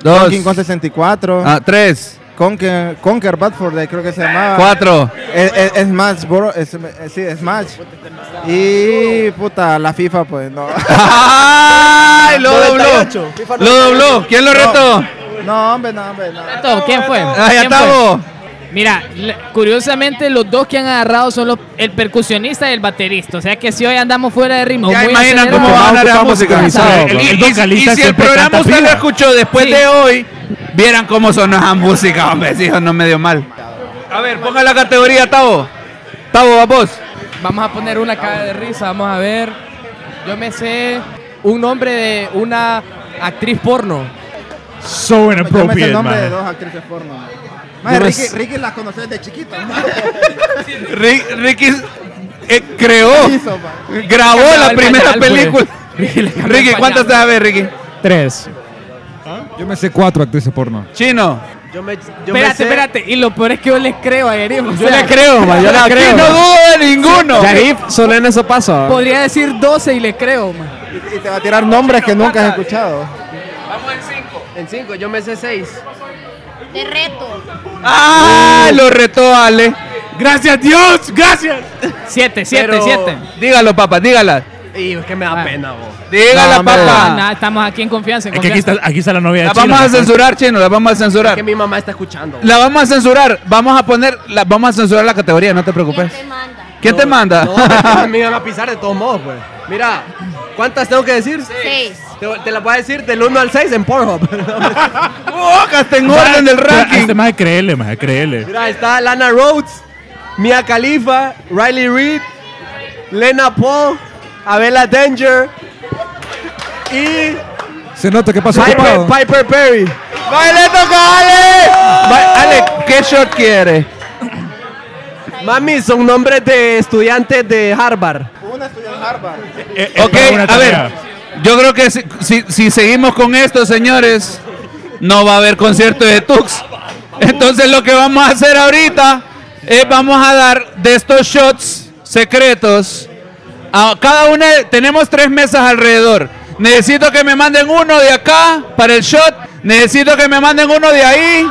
A: dos,
G: King Kong 64,
A: ah, tres,
G: Conker, Conker Bradford, eh, creo que se llamaba.
A: cuatro.
G: Es, es- es Smash, bro. Es, es- sí, es Smash. Y puta, la FIFA, pues no.
A: ¡Ay! Lo dobló.
E: 98. FIFA
A: Lo dobló. ¿Quién lo retó?
G: No, hombre, no, hombre, no.
J: Reto, ¿Quién fue?
A: Ah, ya
J: ¿Quién fue?
A: estamos.
J: Mira, le- curiosamente los dos que han agarrado son los- el percusionista y el baterista. O sea que si hoy andamos fuera de ritmo,
A: Ya
J: muy
A: imaginan
J: acelerados,
A: cómo va a ganar la
D: Ocupamos
A: música.
D: musicalizado,
B: bro.
A: Y-
B: El
A: y-
B: vocalista
A: y si el
B: siempre
A: programa
B: canta
A: usted lo
B: piba.
A: escuchó después
J: Sí.
A: de hoy, vieran cómo sonó esa música, hombre. Si eso no me dio mal. A ver, ponga la categoría, Tavo. Tavo, a vos.
F: Vamos a poner una cara de risa, vamos a ver. Yo me sé un nombre de una actriz porno.
B: So
G: Pues Yo me sé el
B: inappropriate,
G: nombre de
B: mae.
G: dos actrices porno. man. Mae, Ricky, Ricky las conoció desde chiquita.
A: Rick- Ricky eh, creó, grabó
F: Cambiaba
A: la
F: el
A: primera
F: pañal, pues.
A: película.
F: Ricky le cambió el
A: Ricky, ¿cuántas
F: pañal.
A: te sabes, Ricky?
J: Tres.
I: Yo me sé cuatro actrices porno.
A: Chino.
E: Yo me, yo me
J: Espérate,
E: sé-
J: espérate. Y lo peor es que yo les creo a Yarif. o
D: Yo
J: sea,
D: le creo, man, yo le
A: Aquí
D: creo.
A: no dudo de ninguno.
D: Yarif, solo en eso pasa.
J: Podría decir 12 y le creo, man.
G: y, y te va a tirar nombres que nunca has escuchado.
E: En cinco, yo me sé seis.
K: De reto.
A: Ah, lo retó Ale.
B: Gracias, Dios. Gracias.
J: Siete, siete,
E: Pero-
J: siete.
A: Dígalo, papá, dígala.
E: Y es que me da pena, vos.
A: Dígala,
G: No, hombre.
J: Ah,
A: papá.
J: nada, estamos aquí en confianza. en
B: Es que aquí
J: confianza.
B: está, aquí está la novia de
A: La
B: Chino.
A: vamos a censurar, Chino, la vamos a
E: Que
A: censurar.
E: mi mamá está escuchando.
A: La vamos a censurar. Vamos a poner, la, vamos a censurar la categoría, no te
K: ¿Quién
A: preocupes.
K: te manda?
A: ¿Quién te manda?
E: No, me iban a pisar de todos modos, pues. Mira, ¿cuántas tengo que decir?
K: Seis.
E: Te, te las voy a decir del 1 al 6 en Pornhub.
A: ¡Bocas, en orden del ranking!
B: Este más de creerle, más de creerle.
E: Mira, está Lana Rhodes, Mia Khalifa, Riley Reid, Lena Paul, Abela Danger y
I: Se nota que pasó
E: Piper,
I: ocupado.
E: Piper Perry.
A: ¡Vale, le toca a Ale! Va- Ale, ¿qué shot quiere?
E: Mami, son nombres de estudiantes de Harvard.
G: Una estudió en Harvard.
B: Eh, eh,
A: Ok,
B: para una
A: a ver.
B: tarea.
A: Yo creo que si, si- si seguimos con esto, señores, no va a haber concierto de Tux. Entonces lo que vamos a hacer ahorita es vamos a dar de estos shots secretos a cada una. de- Tenemos tres mesas alrededor. Necesito que me manden uno de acá para el shot. Necesito que me manden uno de ahí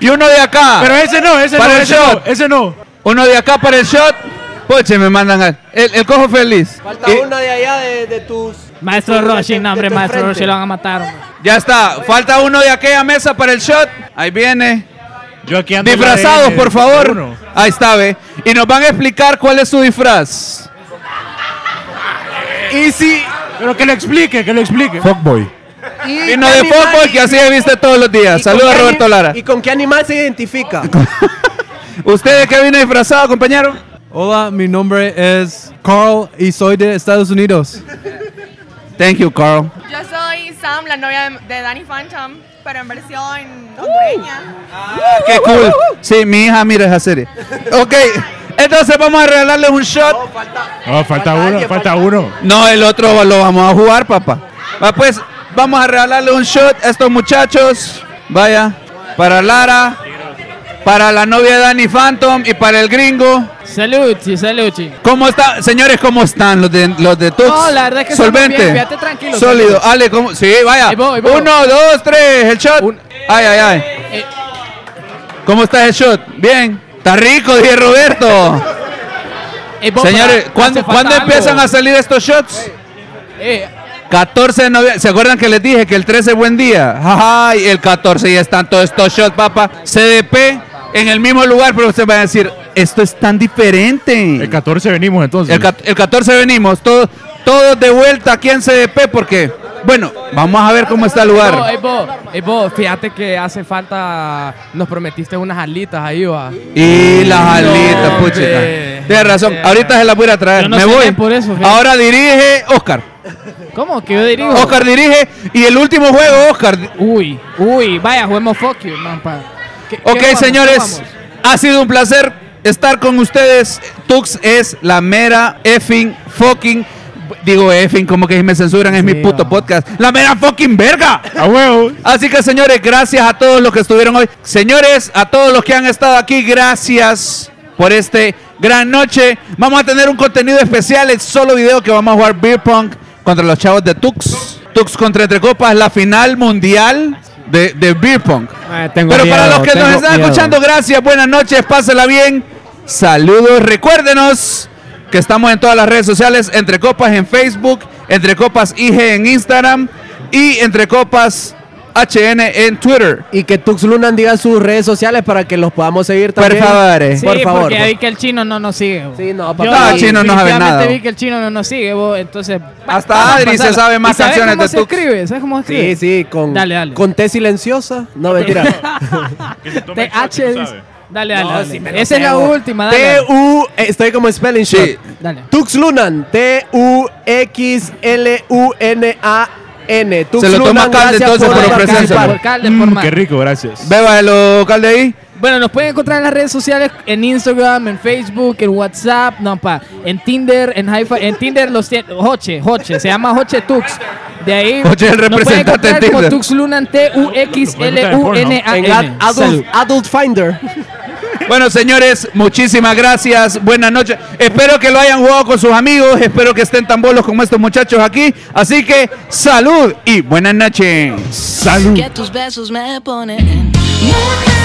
A: y uno de acá.
B: Pero ese no, ese
A: Para
B: no,
A: el
B: ese
A: show.
B: no, ese no.
A: Uno de acá para el shot. Poche, me mandan al. El, el cojo feliz.
E: Falta
A: Y
E: una de allá de, de tus.
C: Maestro
E: de- de-
C: Roshi, no,
E: de
C: hombre,
E: tu
C: maestro
E: enfrente.
C: Roshi lo van a matar. hombre.
A: Ya está. Falta uno de aquella mesa para el shot. Ahí viene.
B: Yo aquí ando
A: Disfrazados,
B: de-
A: por
B: de
A: favor.
B: uno.
A: Ahí está, ve. Y nos van a explicar cuál es su disfraz.
E: Y si.
B: Pero que lo explique, que lo explique.
A: Fuckboy.
E: Y
A: Vino
E: qué
A: de
E: animal-
A: Fuckboy que así he visto todos los días.
E: y con
A: Saludos a
E: qué
A: Roberto
E: ani-
A: Lara.
E: ¿Y con qué animal se identifica?
A: ¿Usted de qué viene disfrazado, compañero?
L: Hola, mi nombre es Carl y soy de Estados Unidos.
A: Thank you, Carl.
M: Yo soy Sam, la novia de- de Danny Phantom, pero en versión hondureña.
A: Qué cool. Sí, mi hija mira esa serie. Ok, entonces vamos a regalarles un shot.
B: No, Oh, falta uno, falta uno.
A: No, el otro lo vamos a jugar, papá. Va, pues vamos a regalarle un shot a estos muchachos. Vaya, para Lara, para la novia de Danny Phantom y para el gringo.
C: Saluchi, saluchi.
A: ¿Cómo está, señores? ¿Cómo están los de los de Tux?
C: No, la verdad es que estamos
A: solvente,
C: bien, fíjate, tranquilo,
A: sólido.
C: tranquilo.
A: Ale, ¿cómo? Sí, vaya.
C: Ahí voy, Eh. ahí voy.
A: Uno, dos, tres, el shot. Ay, ay, ay. ¿Cómo está el shot? Bien. Está rico, dije Roberto.
C: Eh, vos,
A: Señores,
C: para-
A: ¿cuándo,
C: hace falta
A: ¿cuándo
C: algo.
A: empiezan a salir estos shots?
C: Eh,
A: 14 de noviembre. ¿Se acuerdan que les dije que el 13 es buen día? Ay, el 14 ya están todos estos shots, papá. CDP en el mismo lugar, pero usted va a decir, esto es tan diferente. El
B: 14 venimos entonces.
A: El, cat- el 14 venimos, todos, todos de vuelta aquí en CDP porque, bueno, vamos a ver cómo está el
F: Ey, vos,
A: lugar.
F: ey, vos, ey, vos, fíjate que hace falta. Nos prometiste unas alitas ahí, va.
A: Y las alitas,
F: hombre.
A: puchica. Tienes razón, ahorita se las voy a ir a traer.
F: Yo no
A: Me
F: cené
A: voy.
C: por eso, fíjate.
A: Ahora dirige Oscar.
C: ¿Cómo? Que yo dirijo.
A: Oscar dirige y el último juego, Oscar.
C: Uy, uy, vaya, juguemos fuck you, man, pa. ¿Qué- qué
A: Ok,
C: jugamos?
A: señores, ha sido un placer estar con ustedes. Tux es la mera effing fucking. Digo effing, como que me censuran, es mi puto podcast. ¡La mera fucking verga!
B: ¡A huevo!
A: Así que, señores, gracias a todos los que estuvieron hoy. Señores, a todos los que han estado aquí, gracias por este gran noche. Vamos a tener un contenido especial, el solo video que vamos a jugar Beer Punk contra los chavos de Tux. Tux contra Entre Copas, la final mundial de, de Beer Punk.
C: Ah,
A: Pero para
N: miedo,
A: los que nos
N: tengo
A: están
N: miedo.
A: escuchando, gracias, buenas noches, pásela bien. Saludos, recuérdenos que estamos en todas las redes sociales, Entre Copas en Facebook, Entre Copas IG en Instagram y Entre Copas HN en Twitter.
E: Y que Tux Lunan diga sus redes sociales para que los podamos seguir
A: Por
E: también.
A: favor, eh.
C: Sí,
E: por favor.
C: porque vi que el chino no nos sigue. bo.
E: Sí, no,
A: papá. No, el chino no sabe
C: definitivamente
A: nada, bo.
C: vi que el chino no nos sigue, bo, entonces...
A: Hasta
C: vamos a
A: Adri se
C: pasarla.
A: sabe más
C: ¿Y sabes
A: canciones
C: cómo
A: de
C: se
A: Tux.
C: escribe? ¿Sabes cómo se escribe?
E: Sí, sí, con,
C: Dale, dale.
E: con T silenciosa. No, mentira.
C: T H dice- Dale, dale,
E: No,
C: dale.
E: sí me lo
C: Esa es la
E: sé, bo.
C: última, dale.
E: T U eh, estoy como spelling
A: Sí.
E: shot.
C: Dale.
E: Tux Lunan, T U X L U N A N. Tux
A: Se lo toma
E: Lunan,
A: Calde
E: gracias
A: entonces por
E: participar.
A: ofrecérselo.
C: Por Calde, por más.
B: Mm, Qué rico, gracias.
A: Beba el local de ahí.
C: Bueno, nos pueden encontrar en las redes sociales, en Instagram, en Facebook, en WhatsApp, no, pa, en Tinder, en hi en Tinder los tien- Hoche, Hoche, se llama Hoche Tux. De ahí
A: Hoche es el
C: nos pueden
A: representante en
C: encontrar como
A: Tinder.
C: Tux Lunan T U X L U N A
E: En Ad-
C: N.
E: Adult, Adult Finder.
A: Bueno, señores, muchísimas gracias. Buenas noches. Espero que lo hayan jugado con sus amigos. Espero que estén tan bolos como estos muchachos aquí. Así que salud y buenas noches. Salud.
O: Que tus besos me ponen. en-